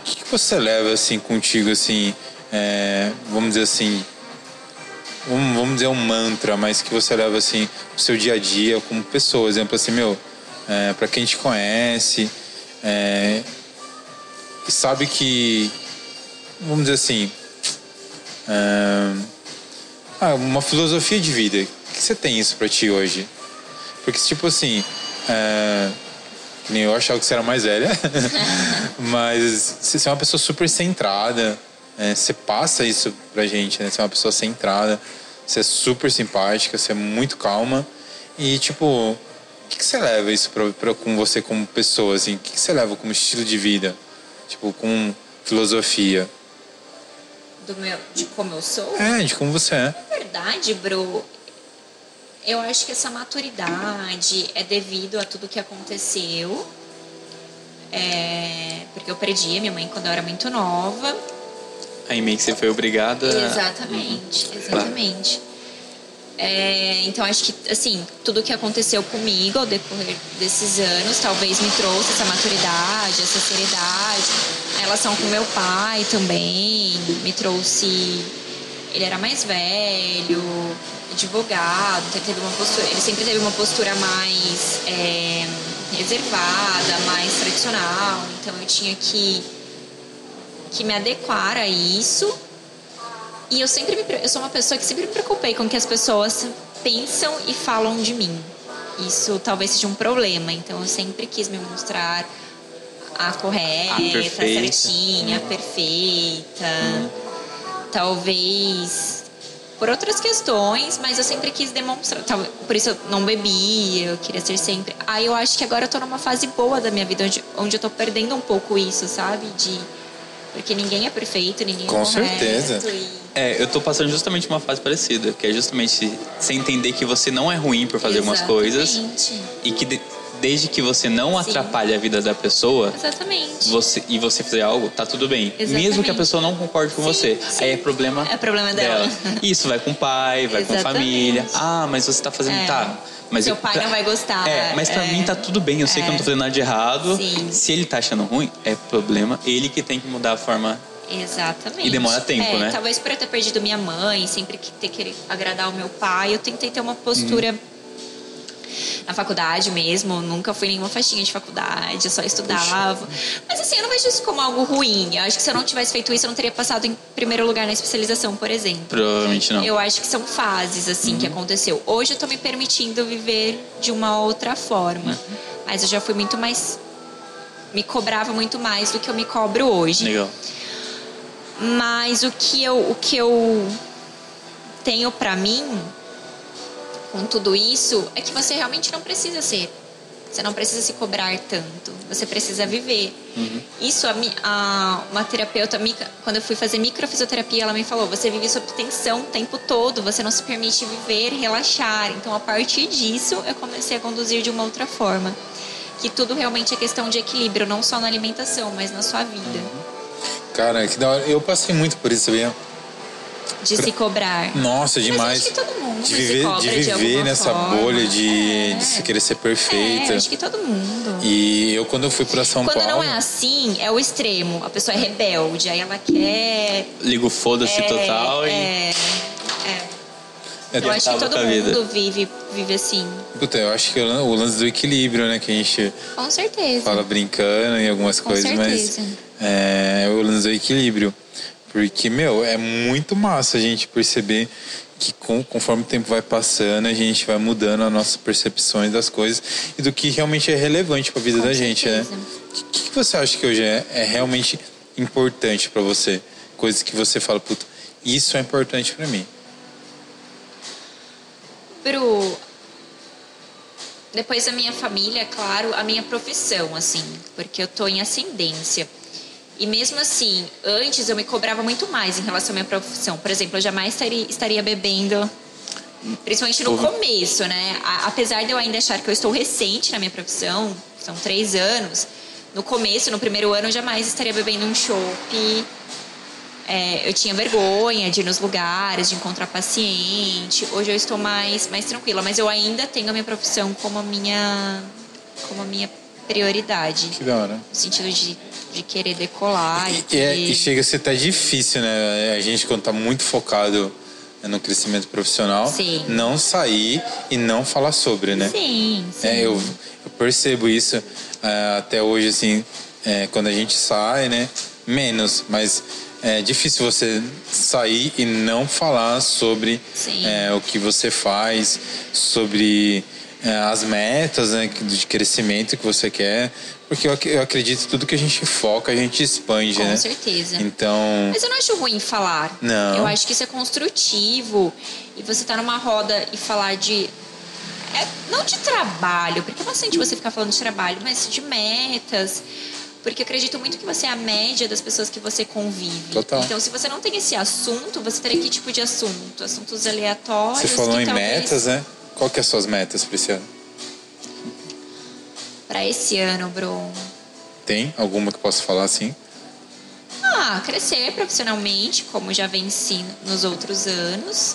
Speaker 2: o que, que você leva assim contigo assim, é, vamos dizer assim, um- vamos dizer um mantra, mas que você leva assim pro seu dia a dia como pessoa, exemplo assim, meu, é, para quem te conhece, é, e sabe que, vamos dizer assim, é, ah, uma filosofia de vida. O que você tem isso pra ti hoje? Porque, tipo assim, é, que nem eu achava que você era mais velha, mas você você é uma pessoa super centrada, é, você passa isso pra gente, né? Você é uma pessoa centrada, você é super simpática, você é muito calma e, tipo, o que, que você leva isso pra, pra, com você como pessoa, assim? O que, que você leva como estilo de vida? Tipo, com filosofia.
Speaker 3: Do meu, de como eu sou,
Speaker 2: É, de como você é.
Speaker 3: na verdade, bro, eu acho que essa maturidade é devido a tudo que aconteceu. É, porque eu perdi a minha mãe quando eu era muito nova.
Speaker 1: Aí meio que você foi obrigada. a-
Speaker 3: Exatamente, exatamente. É, então acho que assim tudo que aconteceu comigo ao decorrer desses anos talvez me trouxe essa maturidade, essa seriedade, a relação com meu pai também me trouxe. Ele era mais velho, advogado, então ele teve uma postura, ele sempre teve uma postura mais é, reservada, mais tradicional. Então eu tinha que que me adequar a isso. E eu sempre me, pre- eu sou uma pessoa que sempre me preocupei com o que as pessoas pensam e falam de mim. Isso talvez seja um problema, então eu sempre quis me mostrar a correta,
Speaker 1: A
Speaker 3: a
Speaker 1: perfeita.
Speaker 3: certinha, a perfeita. Talvez por outras questões, mas eu sempre quis demonstrar. Tal- Por isso eu não bebia, eu queria ser sempre. Aí eu acho que agora eu tô numa fase boa da minha vida, onde, onde eu tô perdendo um pouco isso, sabe? De. Porque ninguém é perfeito, ninguém é
Speaker 2: Com
Speaker 3: correto.
Speaker 2: certeza.
Speaker 3: e-
Speaker 1: É, eu tô passando justamente uma fase parecida, que é justamente você entender que você não é ruim por fazer algumas coisas
Speaker 3: Exatamente.
Speaker 1: e que de- desde que você não
Speaker 3: Sim.
Speaker 1: atrapalhe a vida da pessoa
Speaker 3: Exatamente.
Speaker 1: você, e você fizer algo, tá tudo bem. Mesmo
Speaker 3: Exatamente.
Speaker 1: que a pessoa não concorde com
Speaker 3: Sim,
Speaker 1: você.
Speaker 3: sim.
Speaker 1: Aí é problema,
Speaker 3: É problema dela.
Speaker 1: Isso, vai com o pai, vai com a
Speaker 3: Exatamente.
Speaker 1: família. Ah, mas você tá fazendo.
Speaker 3: É.
Speaker 1: Tá. Mas
Speaker 3: Seu
Speaker 1: eu-
Speaker 3: pai
Speaker 1: pra-
Speaker 3: não vai gostar.
Speaker 1: É, mas pra
Speaker 3: É.
Speaker 1: mim tá tudo bem. Eu sei que eu não tô fazendo nada de errado.
Speaker 3: Sim.
Speaker 1: Se ele tá achando ruim, é problema. Ele que tem que mudar a forma
Speaker 3: Exatamente.
Speaker 1: E demora tempo,
Speaker 3: É,
Speaker 1: né?
Speaker 3: Talvez por eu ter perdido minha mãe, sempre que ter que agradar o meu pai, eu tentei ter uma postura
Speaker 1: Uhum.
Speaker 3: na faculdade mesmo. eu Nunca fui nenhuma festinha de faculdade, eu só estudava. Mas assim, eu não vejo isso como algo ruim. Eu acho que se eu não tivesse feito isso, eu não teria passado em primeiro lugar na especialização, por exemplo.
Speaker 1: Provavelmente não. Uhum.
Speaker 3: Eu acho que são fases, assim, que aconteceu. Hoje eu tô me permitindo viver de uma outra forma.
Speaker 1: Uhum.
Speaker 3: Mas eu já fui muito mais. Me cobrava muito mais do que eu me cobro hoje.
Speaker 1: Legal.
Speaker 3: Mas o que eu, o que eu tenho pra mim com tudo isso é que você realmente não precisa ser. Você não precisa se cobrar tanto. Você precisa viver. Isso, a, mi- a- uma terapeuta, mica- quando eu fui fazer microfisioterapia, ela me falou: você vive sob tensão o tempo todo, você não se permite viver, relaxar. Então, a partir disso, eu comecei a conduzir de uma outra forma. Que tudo realmente é questão de equilíbrio, não só na alimentação, mas na sua vida.
Speaker 2: Cara, que da hora. Eu passei muito por isso, sabia?
Speaker 3: De se
Speaker 2: Uhum.
Speaker 3: cobrar.
Speaker 2: Nossa, demais.
Speaker 3: acho que todo mundo
Speaker 2: de
Speaker 3: se
Speaker 2: viver,
Speaker 3: cobra
Speaker 2: de
Speaker 3: de
Speaker 2: viver
Speaker 3: alguma
Speaker 2: nessa
Speaker 3: forma.
Speaker 2: bolha de,
Speaker 3: É.
Speaker 2: de se querer ser
Speaker 3: É,
Speaker 2: perfeita.
Speaker 3: eu acho que todo mundo.
Speaker 2: E eu quando eu fui pra São
Speaker 3: Quando
Speaker 2: Paulo,
Speaker 3: não é assim, é o extremo. A pessoa é rebelde, aí ela quer.
Speaker 1: Ligo foda-se
Speaker 3: é,
Speaker 1: total e.
Speaker 3: é, é.
Speaker 2: é,
Speaker 3: Eu acho que
Speaker 1: acaba
Speaker 3: todo
Speaker 1: com a vida.
Speaker 3: mundo vive, vive assim.
Speaker 2: puta, eu acho que o lan- o lance do equilíbrio, né, que a gente
Speaker 3: Com certeza.
Speaker 2: fala brincando em algumas
Speaker 3: Com
Speaker 2: coisas,
Speaker 3: certeza.
Speaker 2: mas é o lance do equilíbrio. Porque, meu, é muito massa a gente perceber que com- conforme o tempo vai passando, a gente vai mudando as nossas percepções das coisas e do que realmente é relevante para a vida
Speaker 3: Com
Speaker 2: da gente,
Speaker 3: certeza.
Speaker 2: né? O que, que você acha que hoje é, é realmente importante para você? Coisas que você fala, puta, isso é importante para mim.
Speaker 3: Pro. Depois a minha família, é claro, a minha profissão, assim, porque eu tô em ascendência. E mesmo assim, antes eu me cobrava muito mais em relação à minha profissão. Por exemplo, eu jamais estaria, estaria bebendo, principalmente no
Speaker 2: Porra.
Speaker 3: começo, né? A- apesar de eu ainda achar que eu estou recente na minha profissão, são três anos, no começo, no primeiro ano, eu jamais estaria bebendo um chopp, é, eu tinha vergonha de ir nos lugares, de encontrar paciente. Hoje eu estou mais, mais tranquila, mas eu ainda tenho a minha profissão como a minha, como a minha prioridade.
Speaker 2: Que da hora.
Speaker 3: No sentido de, de querer decolar. E,
Speaker 2: E, é-
Speaker 3: querer-
Speaker 2: e chega a ser até difícil, né? A gente, quando tá muito focado né, no crescimento profissional,
Speaker 3: Sim.
Speaker 2: não sair e não falar sobre, né?
Speaker 3: Sim, sim.
Speaker 2: É, eu, eu percebo isso ah, até hoje, assim, é, quando a gente sai, né? Menos, mas é difícil você sair e não falar sobre
Speaker 3: Sim.
Speaker 2: é, o que você faz, sobre é, as metas né, que- de crescimento que você quer, porque eu, ac- eu acredito que tudo que a gente foca, a gente expande,
Speaker 3: Com
Speaker 2: né?
Speaker 3: certeza.
Speaker 2: Então,
Speaker 3: Mas eu não acho ruim falar.
Speaker 2: Não.
Speaker 3: Eu acho que isso é construtivo. E você tá numa roda e falar de. é, não de trabalho, porque é bastante você ficar falando de trabalho, mas de metas. Porque eu acredito muito que você é a média das pessoas que você convive.
Speaker 2: Total.
Speaker 3: Então, se você não tem esse assunto, você teria que tipo de assunto? Assuntos aleatórios.
Speaker 2: você falou
Speaker 3: que
Speaker 2: em
Speaker 3: talvez-
Speaker 2: metas, né? Qual que é as suas metas, Priscila?
Speaker 3: Pra esse ano, Bruno.
Speaker 2: Tem alguma que eu possa falar assim?
Speaker 3: Ah, crescer profissionalmente, como já venci nos outros anos.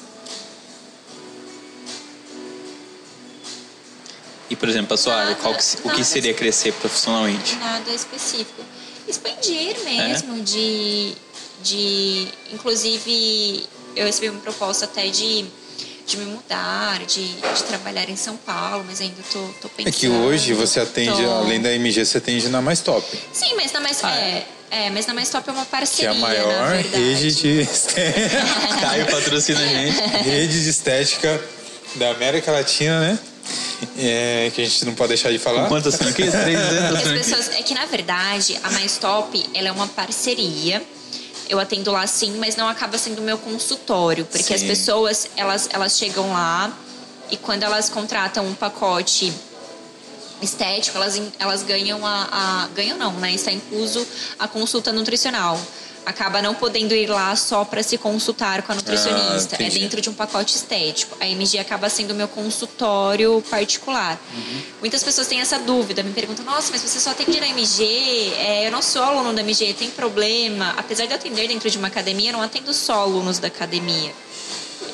Speaker 1: E, por exemplo, a sua área, qual que se- o que
Speaker 3: Nada.
Speaker 1: seria crescer profissionalmente?
Speaker 3: Nada específico. Expandir
Speaker 2: É.
Speaker 3: mesmo, de, de. Inclusive, eu recebi uma proposta até de, de me mudar, de, de trabalhar em São Paulo, mas ainda tô, tô pensando.
Speaker 2: É que hoje você atende,
Speaker 3: Tô-
Speaker 2: além da MG, você atende na Mais Top,
Speaker 3: Sim, mas na mais.
Speaker 1: Ah,
Speaker 3: é. é, mas na mais top é uma
Speaker 2: que é
Speaker 3: parceria.
Speaker 2: a
Speaker 3: na
Speaker 2: maior
Speaker 3: verdade.
Speaker 2: rede de, estética,
Speaker 1: Caio patrocina Tá, a gente.
Speaker 2: rede de estética da América Latina, né? É, que a gente não pode deixar de falar.
Speaker 1: Com quantas franquias? Três
Speaker 3: Porque as
Speaker 1: franquias.
Speaker 3: pessoas, é que na verdade a Mais Top ela é uma parceria. Eu atendo lá sim, mas não acaba sendo o meu consultório, porque as
Speaker 2: Sim.
Speaker 3: pessoas elas, elas chegam lá e quando elas contratam um pacote estético, elas, en- elas ganham a, a- ganham não, né? Está incluso a consulta nutricional. Acaba não podendo ir lá só para se consultar com a nutricionista. é
Speaker 2: Ah, entendi.
Speaker 3: dentro de um pacote estético. A MG acaba sendo meu consultório particular.
Speaker 2: Uhum.
Speaker 3: Muitas pessoas têm essa dúvida, me perguntam: nossa, mas você só atende na MG? É, eu não sou aluno da MG, tem problema. Apesar de eu atender dentro de uma academia, eu não atendo só alunos da academia.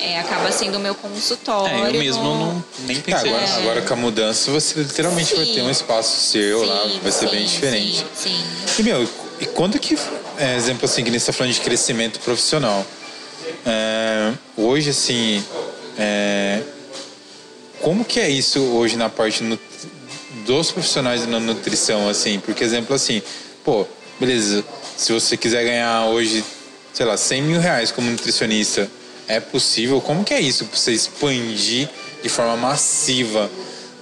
Speaker 3: É, acaba sendo o meu consultório.
Speaker 1: É, eu mesmo
Speaker 3: no-
Speaker 1: não, nem
Speaker 3: Tá,
Speaker 2: Ah,
Speaker 1: pensei
Speaker 2: agora,
Speaker 1: nisso.
Speaker 2: agora com a mudança você literalmente vai
Speaker 3: É. Sim.
Speaker 2: ter um espaço seu lá,
Speaker 3: Sim,
Speaker 2: vai ser bem
Speaker 3: sim,
Speaker 2: diferente.
Speaker 3: Sim, sim.
Speaker 2: E, meu, e quando que, é, exemplo assim, que nem você tá falando de crescimento profissional. É, hoje, assim, é, como que é isso hoje na parte nu- dos profissionais na nutrição, assim? Porque, exemplo, assim, pô, beleza, se você quiser ganhar hoje, sei lá, 100 mil reais como nutricionista, é possível? Como que é isso pra você expandir de forma massiva?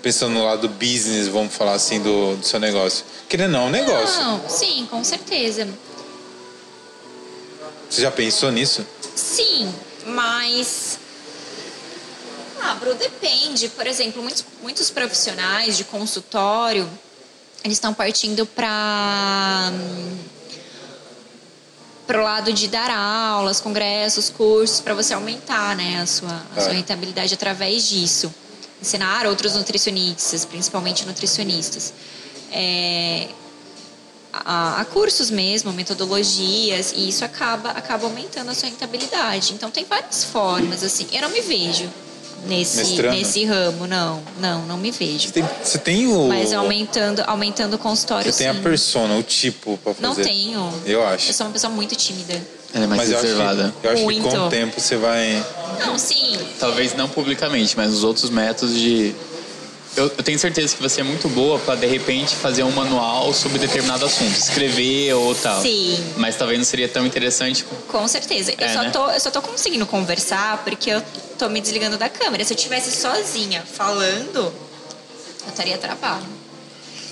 Speaker 2: Pensando no lado business, vamos falar assim, do, do seu negócio. Querendo ou não, é um negócio.
Speaker 3: Não, sim, com certeza.
Speaker 2: Você já pensou nisso?
Speaker 3: Sim, mas. Ah, Bru, depende. Por exemplo, muitos, muitos profissionais de consultório eles estão partindo para pro lado de dar aulas, congressos, cursos para você aumentar, né, a sua, a sua
Speaker 2: É.
Speaker 3: rentabilidade através disso. Ensinar outros nutricionistas, principalmente nutricionistas. É, a, a cursos mesmo, metodologias, e isso acaba, acaba aumentando a sua rentabilidade. Então tem várias formas, assim. Eu não me vejo nesse,
Speaker 2: Mestrando?
Speaker 3: nesse ramo, não. Não, não me vejo.
Speaker 2: Você tem, você tem o.
Speaker 3: Mas é um aumentando, aumentando o consultório,
Speaker 2: você tem a
Speaker 3: sim.
Speaker 2: persona, o tipo pra fazer.
Speaker 3: assim. Não tenho.
Speaker 2: Eu acho.
Speaker 3: Eu sou uma pessoa muito tímida.
Speaker 1: Ela é mais
Speaker 2: Mas eu acho,
Speaker 1: reservada.
Speaker 2: que, eu acho que com
Speaker 3: Muito.
Speaker 2: o tempo você vai.
Speaker 3: Não, sim.
Speaker 1: Talvez não publicamente, mas os outros métodos de eu, eu tenho certeza que você é muito boa pra, de repente, fazer um manual sobre determinado assunto, escrever ou
Speaker 2: Tá.
Speaker 1: tal.
Speaker 3: Sim.
Speaker 1: Mas talvez não seria tão interessante.
Speaker 3: Com certeza. eu,
Speaker 1: É,
Speaker 3: só
Speaker 1: né?
Speaker 3: tô, eu só tô conseguindo conversar porque eu tô me desligando da câmera. Se eu tivesse sozinha falando, eu estaria trabalho.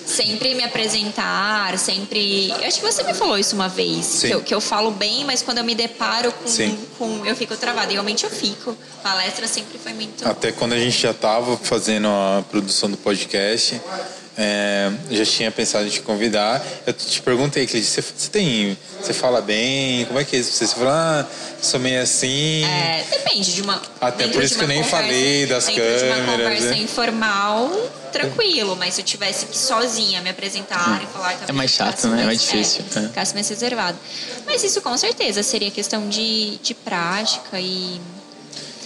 Speaker 3: Sempre me apresentar, sempre. Eu acho que você me falou isso uma vez,
Speaker 2: Sim.
Speaker 3: que eu, que eu falo bem, mas quando eu me deparo com,
Speaker 2: Sim.
Speaker 3: com. Eu fico travada. E realmente eu fico. Palestra sempre foi muito.
Speaker 2: Até quando a gente já estava fazendo a produção do podcast, é, já tinha pensado em te convidar. Eu te perguntei, Cleide, você, você tem. Você fala bem? Como é que é isso? Você fala, ah, sou meio assim.
Speaker 3: É, depende de uma.
Speaker 2: Até
Speaker 3: dentro
Speaker 2: por
Speaker 3: de
Speaker 2: isso
Speaker 3: uma
Speaker 2: que eu nem
Speaker 3: conversa-
Speaker 2: falei das
Speaker 3: dentro De uma
Speaker 2: câmeras,
Speaker 3: conversa
Speaker 2: né?
Speaker 3: informal, tranquilo. Mas se eu tivesse que sozinha me apresentar e falar. que a
Speaker 1: É mais
Speaker 3: pessoa
Speaker 1: chato,
Speaker 3: ficasse
Speaker 1: né?
Speaker 3: mais-
Speaker 1: É mais difícil,
Speaker 3: É,
Speaker 1: é.
Speaker 3: Ficasse mais reservado. Mas isso com certeza seria questão de, de prática e.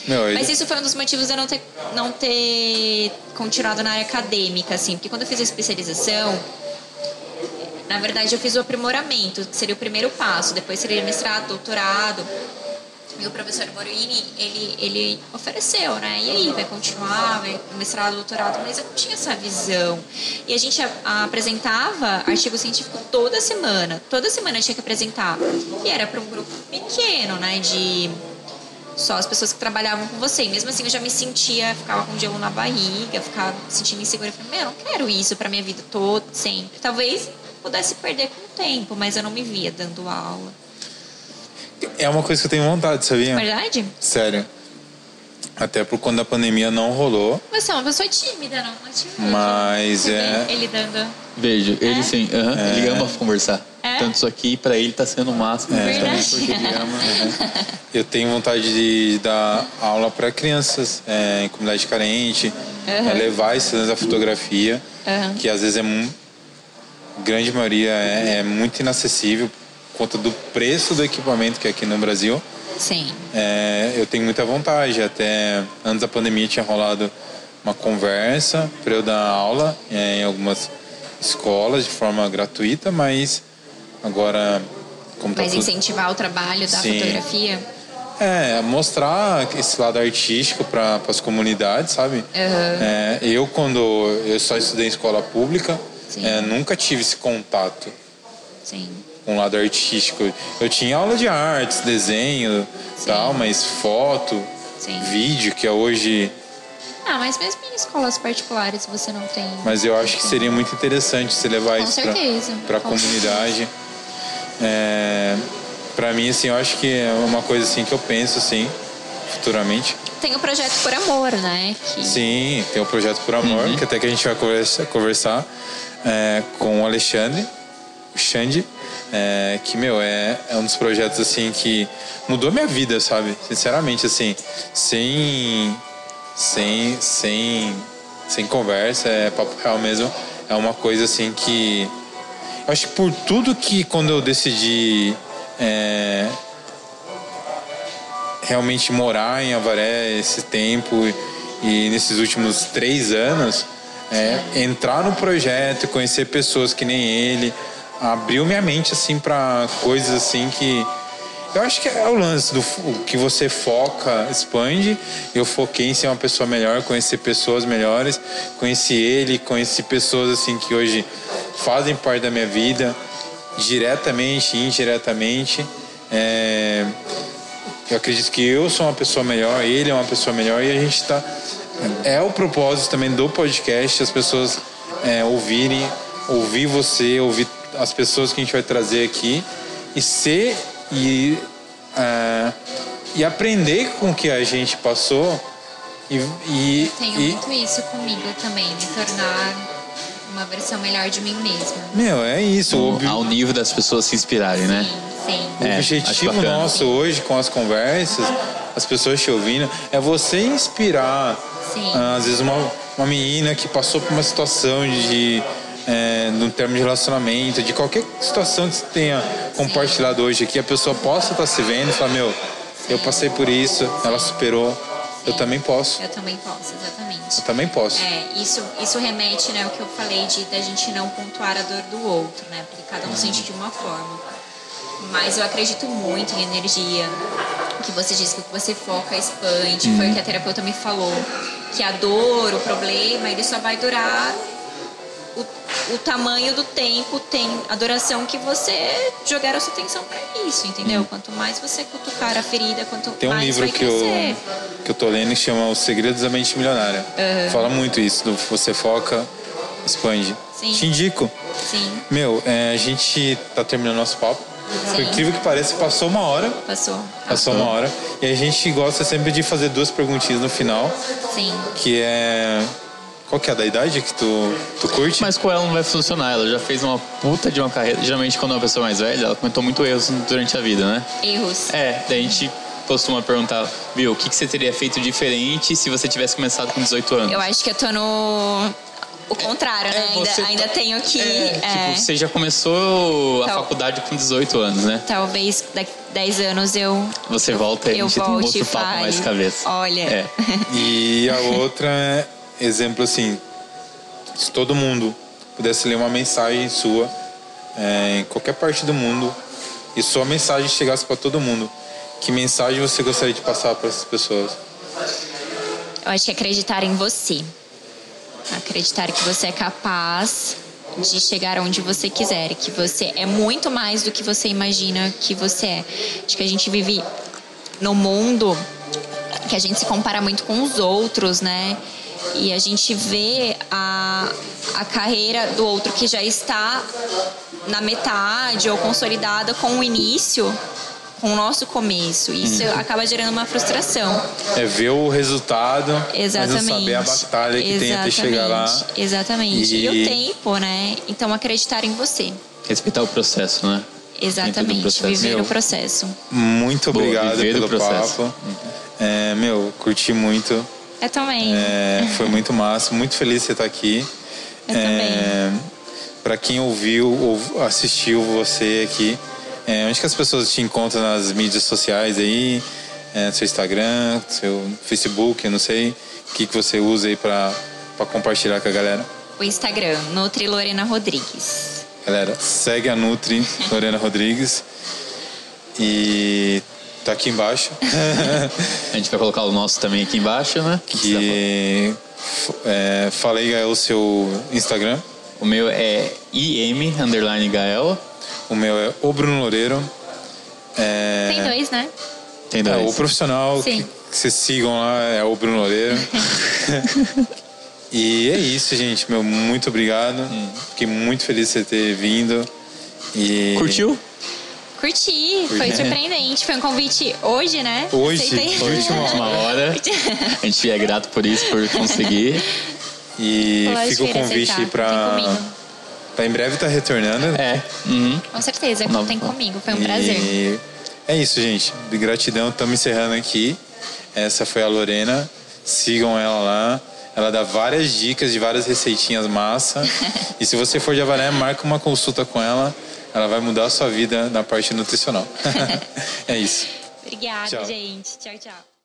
Speaker 2: Meu,
Speaker 3: Mas
Speaker 2: eu-
Speaker 3: isso foi um dos motivos de eu não ter, não ter continuado na área acadêmica, assim. Porque quando eu fiz a especialização, na verdade eu fiz o aprimoramento, que seria o primeiro passo. Depois seria mestrado, doutorado. E o professor Morini, ele, ele ofereceu, né? E aí, vai continuar, vai mestrado, doutorado, mas eu não tinha essa visão. E a gente a- a- apresentava artigo científico toda semana. Toda semana tinha que apresentar. E era para um grupo pequeno, né? De só as pessoas que trabalhavam com você. E mesmo assim eu já me sentia, ficava com gelo na barriga, ficava me sentindo insegura. Eu falei, meu, eu não quero isso pra minha vida toda, sempre. Talvez pudesse perder com o tempo, mas eu não me via dando aula.
Speaker 2: é uma coisa que eu tenho vontade, sabia?
Speaker 3: Verdade?
Speaker 2: Sério. Até por quando a pandemia não rolou,
Speaker 3: Você é uma pessoa tímida, não? Não te vejo.
Speaker 2: Mas
Speaker 3: Você
Speaker 2: é-
Speaker 3: vê Ele dando.
Speaker 1: Vejo, ele
Speaker 3: É?
Speaker 1: sim, aham, ele ama conversar.
Speaker 3: É?
Speaker 1: Tanto isso aqui, pra ele, tá sendo o máximo.
Speaker 3: É.
Speaker 1: justamente porque ele ama. né?
Speaker 2: eu tenho vontade de dar aula para crianças é, em comunidade carente, é, levar estudantes da fotografia,
Speaker 3: Aham.
Speaker 2: que às vezes é mu- grande maioria é, é muito inacessível por conta do preço do equipamento que é aqui no Brasil.
Speaker 3: Sim.
Speaker 2: É, eu tenho muita vontade. Até antes da pandemia tinha rolado uma conversa para eu dar aula é, em algumas escolas de forma gratuita, mas agora como tá
Speaker 3: Mas
Speaker 2: tudo-
Speaker 3: incentivar o trabalho da
Speaker 2: Sim.
Speaker 3: fotografia.
Speaker 2: é, mostrar esse lado artístico para as comunidades, sabe? É, eu, quando eu só estudei em escola pública,
Speaker 3: Sim.
Speaker 2: é, nunca tive esse contato
Speaker 3: Sim.
Speaker 2: com o lado artístico. Eu tinha aula de artes, desenho, tal, mas foto,
Speaker 3: Sim.
Speaker 2: vídeo, que é hoje.
Speaker 3: Ah, mas mesmo em escolas particulares você não tem.
Speaker 2: Mas eu acho que seria muito interessante você levar
Speaker 3: Com
Speaker 2: isso
Speaker 3: certeza.
Speaker 2: para a
Speaker 3: Com
Speaker 2: comunidade. É, para mim, assim, eu acho que é uma coisa assim que eu penso assim futuramente.
Speaker 3: Tem o projeto Por Amor, né? Que...
Speaker 2: Sim, tem o projeto Por Amor, que até que a gente vai conversa- conversar, é, com o Alexandre, o Xande, é, que, meu, é, é um dos projetos, assim, que mudou minha vida, sabe? Sinceramente, assim, sem... sem... sem, sem conversa, é papo real mesmo, é uma coisa, assim, que... Eu acho que por tudo que quando eu decidi é, realmente morar em Avaré esse tempo e, e nesses últimos três anos, é, entrar no projeto e conhecer pessoas que nem ele abriu minha mente assim para coisas assim que eu acho que é o lance do f- o que você foca expande. Eu foquei em ser uma pessoa melhor, conhecer pessoas melhores, conheci ele, conheci pessoas assim que hoje fazem parte da minha vida diretamente, indiretamente. É, eu acredito que eu sou uma pessoa melhor, ele é uma pessoa melhor e a gente tá. É o propósito também do podcast, as pessoas é, ouvirem, ouvir você, ouvir as pessoas que a gente vai trazer aqui e ser e, ah, e aprender com o que a gente passou e, e,
Speaker 3: Tenho
Speaker 2: e-
Speaker 3: muito isso comigo também, me tornar uma versão melhor de mim mesma.
Speaker 2: meu, é isso. o ob-
Speaker 1: Ao nível das pessoas se inspirarem, né?
Speaker 3: Sim.
Speaker 2: O
Speaker 1: É, acho
Speaker 2: objetivo
Speaker 1: bacana.
Speaker 2: nosso hoje com as conversas, as pessoas te ouvindo, é você inspirar.
Speaker 3: Sim.
Speaker 2: ah, Às vezes uma, uma menina que passou por uma situação de. É, no termo de relacionamento, de qualquer situação que você tenha compartilhado hoje aqui, a pessoa possa estar se vendo e falar, meu, eu passei por isso, ela superou, eu também posso.
Speaker 3: Eu também posso, exatamente.
Speaker 2: Eu também posso.
Speaker 3: É, isso, isso remete né, ao que eu falei de da gente não pontuar a dor do outro, né? Porque cada
Speaker 2: Uhum.
Speaker 3: um sente de uma forma. Mas eu acredito muito em
Speaker 2: Uhum.
Speaker 3: energia. O que você disse, que o que você foca expande, foi o que a terapeuta me falou. que a dor, o problema, ele só vai durar o, o tamanho do tempo, tem a duração que você jogar a sua atenção para isso, entendeu? Quanto mais você cutucar a ferida, quanto
Speaker 2: Uhum. Tem um
Speaker 3: mais
Speaker 2: livro
Speaker 3: vai
Speaker 2: que eu,
Speaker 3: crescer.
Speaker 2: que eu tô lendo que chama Os Segredos da Mente Milionária. Fala muito isso, do você foca, expande.
Speaker 3: Sim.
Speaker 2: Te indico.
Speaker 3: Sim,
Speaker 2: Meu, é, a gente tá terminando nosso papo. Por
Speaker 3: Sim.
Speaker 2: incrível que pareça, passou uma hora.
Speaker 3: passou.
Speaker 2: Passou uma hora. E a gente gosta sempre de fazer duas perguntinhas no final,
Speaker 3: Sim.
Speaker 2: que é. Qual que é a da idade que tu, tu curte?
Speaker 1: Mas com ela não vai funcionar. Ela já fez uma puta de uma carreira. Geralmente, quando é uma pessoa mais velha, ela comentou muito erros durante a vida, né?
Speaker 3: Erros.
Speaker 1: É, daí a gente costuma perguntar, viu, o que, que você teria feito diferente se você tivesse começado com 18 anos?
Speaker 3: Eu acho que eu tô no. O contrário, né? Ainda,
Speaker 1: você tá-
Speaker 3: ainda tenho que. é,
Speaker 1: Tipo, você já começou a
Speaker 3: Então-
Speaker 1: faculdade com 18 anos, né?
Speaker 3: Talvez daqui 10 anos eu.
Speaker 1: Você volta e a
Speaker 3: eu
Speaker 1: gente tem um
Speaker 3: volte e
Speaker 1: outro papo
Speaker 3: fale.
Speaker 1: mais cabeça.
Speaker 3: Olha.
Speaker 1: É.
Speaker 2: E a outra é, exemplo assim, se todo mundo pudesse ler uma mensagem sua é, em qualquer parte do mundo e sua mensagem chegasse para todo mundo, que mensagem você gostaria de passar para essas pessoas?
Speaker 3: Eu acho que acreditar em você. Acreditar que você é capaz de chegar onde você quiser, que você é muito mais do que você imagina que você é. Acho que a gente vive num mundo que a gente se compara muito com os outros, né? E a gente vê a, a carreira do outro que já está na metade ou consolidada com o início, com o nosso começo. E isso acaba gerando uma frustração.
Speaker 2: É ver o resultado, mas
Speaker 3: Exatamente.
Speaker 2: não saber a batalha que tem até chegar lá.
Speaker 3: Exatamente, Exatamente. E...
Speaker 2: E-
Speaker 3: o tempo, né? Então acreditar em você.
Speaker 1: Respeitar o processo, né? Dentro do
Speaker 3: Exatamente.
Speaker 1: processo.
Speaker 3: Viver
Speaker 1: Meu.
Speaker 3: o processo.
Speaker 2: Muito
Speaker 1: Boa,
Speaker 2: obrigado
Speaker 1: viver o
Speaker 2: pelo
Speaker 1: processo.
Speaker 2: papo. É, meu, curti muito.
Speaker 3: Eu também.
Speaker 2: É, foi muito massa, muito feliz de você estar aqui.
Speaker 3: Eu também.
Speaker 2: Para quem ouviu ou assistiu você aqui, é, onde que as pessoas te encontram nas mídias sociais aí? É, seu Instagram, seu Facebook, eu não sei. O que, que você usa aí para compartilhar com a galera?
Speaker 3: O Instagram, Nutri Lorena Rodrigues.
Speaker 2: Galera, segue a Nutri, Lorena Rodrigues. E tá aqui embaixo.
Speaker 1: A gente vai colocar o nosso também aqui embaixo, né? Que quiser
Speaker 2: que é, fala aí Gael, o seu Instagram.
Speaker 1: falar. O meu é im, underline Gael.
Speaker 2: O meu é o Bruno Loureiro. É,
Speaker 3: Tem dois, né?
Speaker 1: Tem
Speaker 2: é,
Speaker 1: dois.
Speaker 2: o profissional que,
Speaker 3: Sim.
Speaker 2: que vocês sigam lá é o Bruno Loureiro. e é isso, gente. Meu, muito obrigado.
Speaker 1: Hum.
Speaker 2: Fiquei muito feliz de você ter vindo. E
Speaker 1: Curtiu?
Speaker 3: Curti, foi surpreendente. Foi um convite hoje, né?
Speaker 2: Hoje,
Speaker 3: Aceitei.
Speaker 1: Foi
Speaker 2: hoje.
Speaker 1: de última hora. A gente é grato por isso, por conseguir.
Speaker 2: E
Speaker 3: Lógico
Speaker 2: fica o
Speaker 3: que ele
Speaker 2: convite aí
Speaker 3: aceitar.
Speaker 2: pra.
Speaker 3: Contem comigo.
Speaker 2: pra em breve tá retornando.
Speaker 1: É. Uhum.
Speaker 3: Com certeza,
Speaker 1: Não,
Speaker 3: contem
Speaker 1: não.
Speaker 3: comigo. Foi um
Speaker 2: E
Speaker 3: prazer.
Speaker 2: É isso, gente. De gratidão, estamos encerrando aqui. Essa foi a Lorena. Sigam ela lá. Ela dá várias dicas de várias receitinhas massa. e se você for de Avaré, marca uma consulta com ela. Ela vai mudar a sua vida na parte nutricional. é isso.
Speaker 3: Obrigada,
Speaker 2: Tchau.
Speaker 3: gente. Tchau, tchau.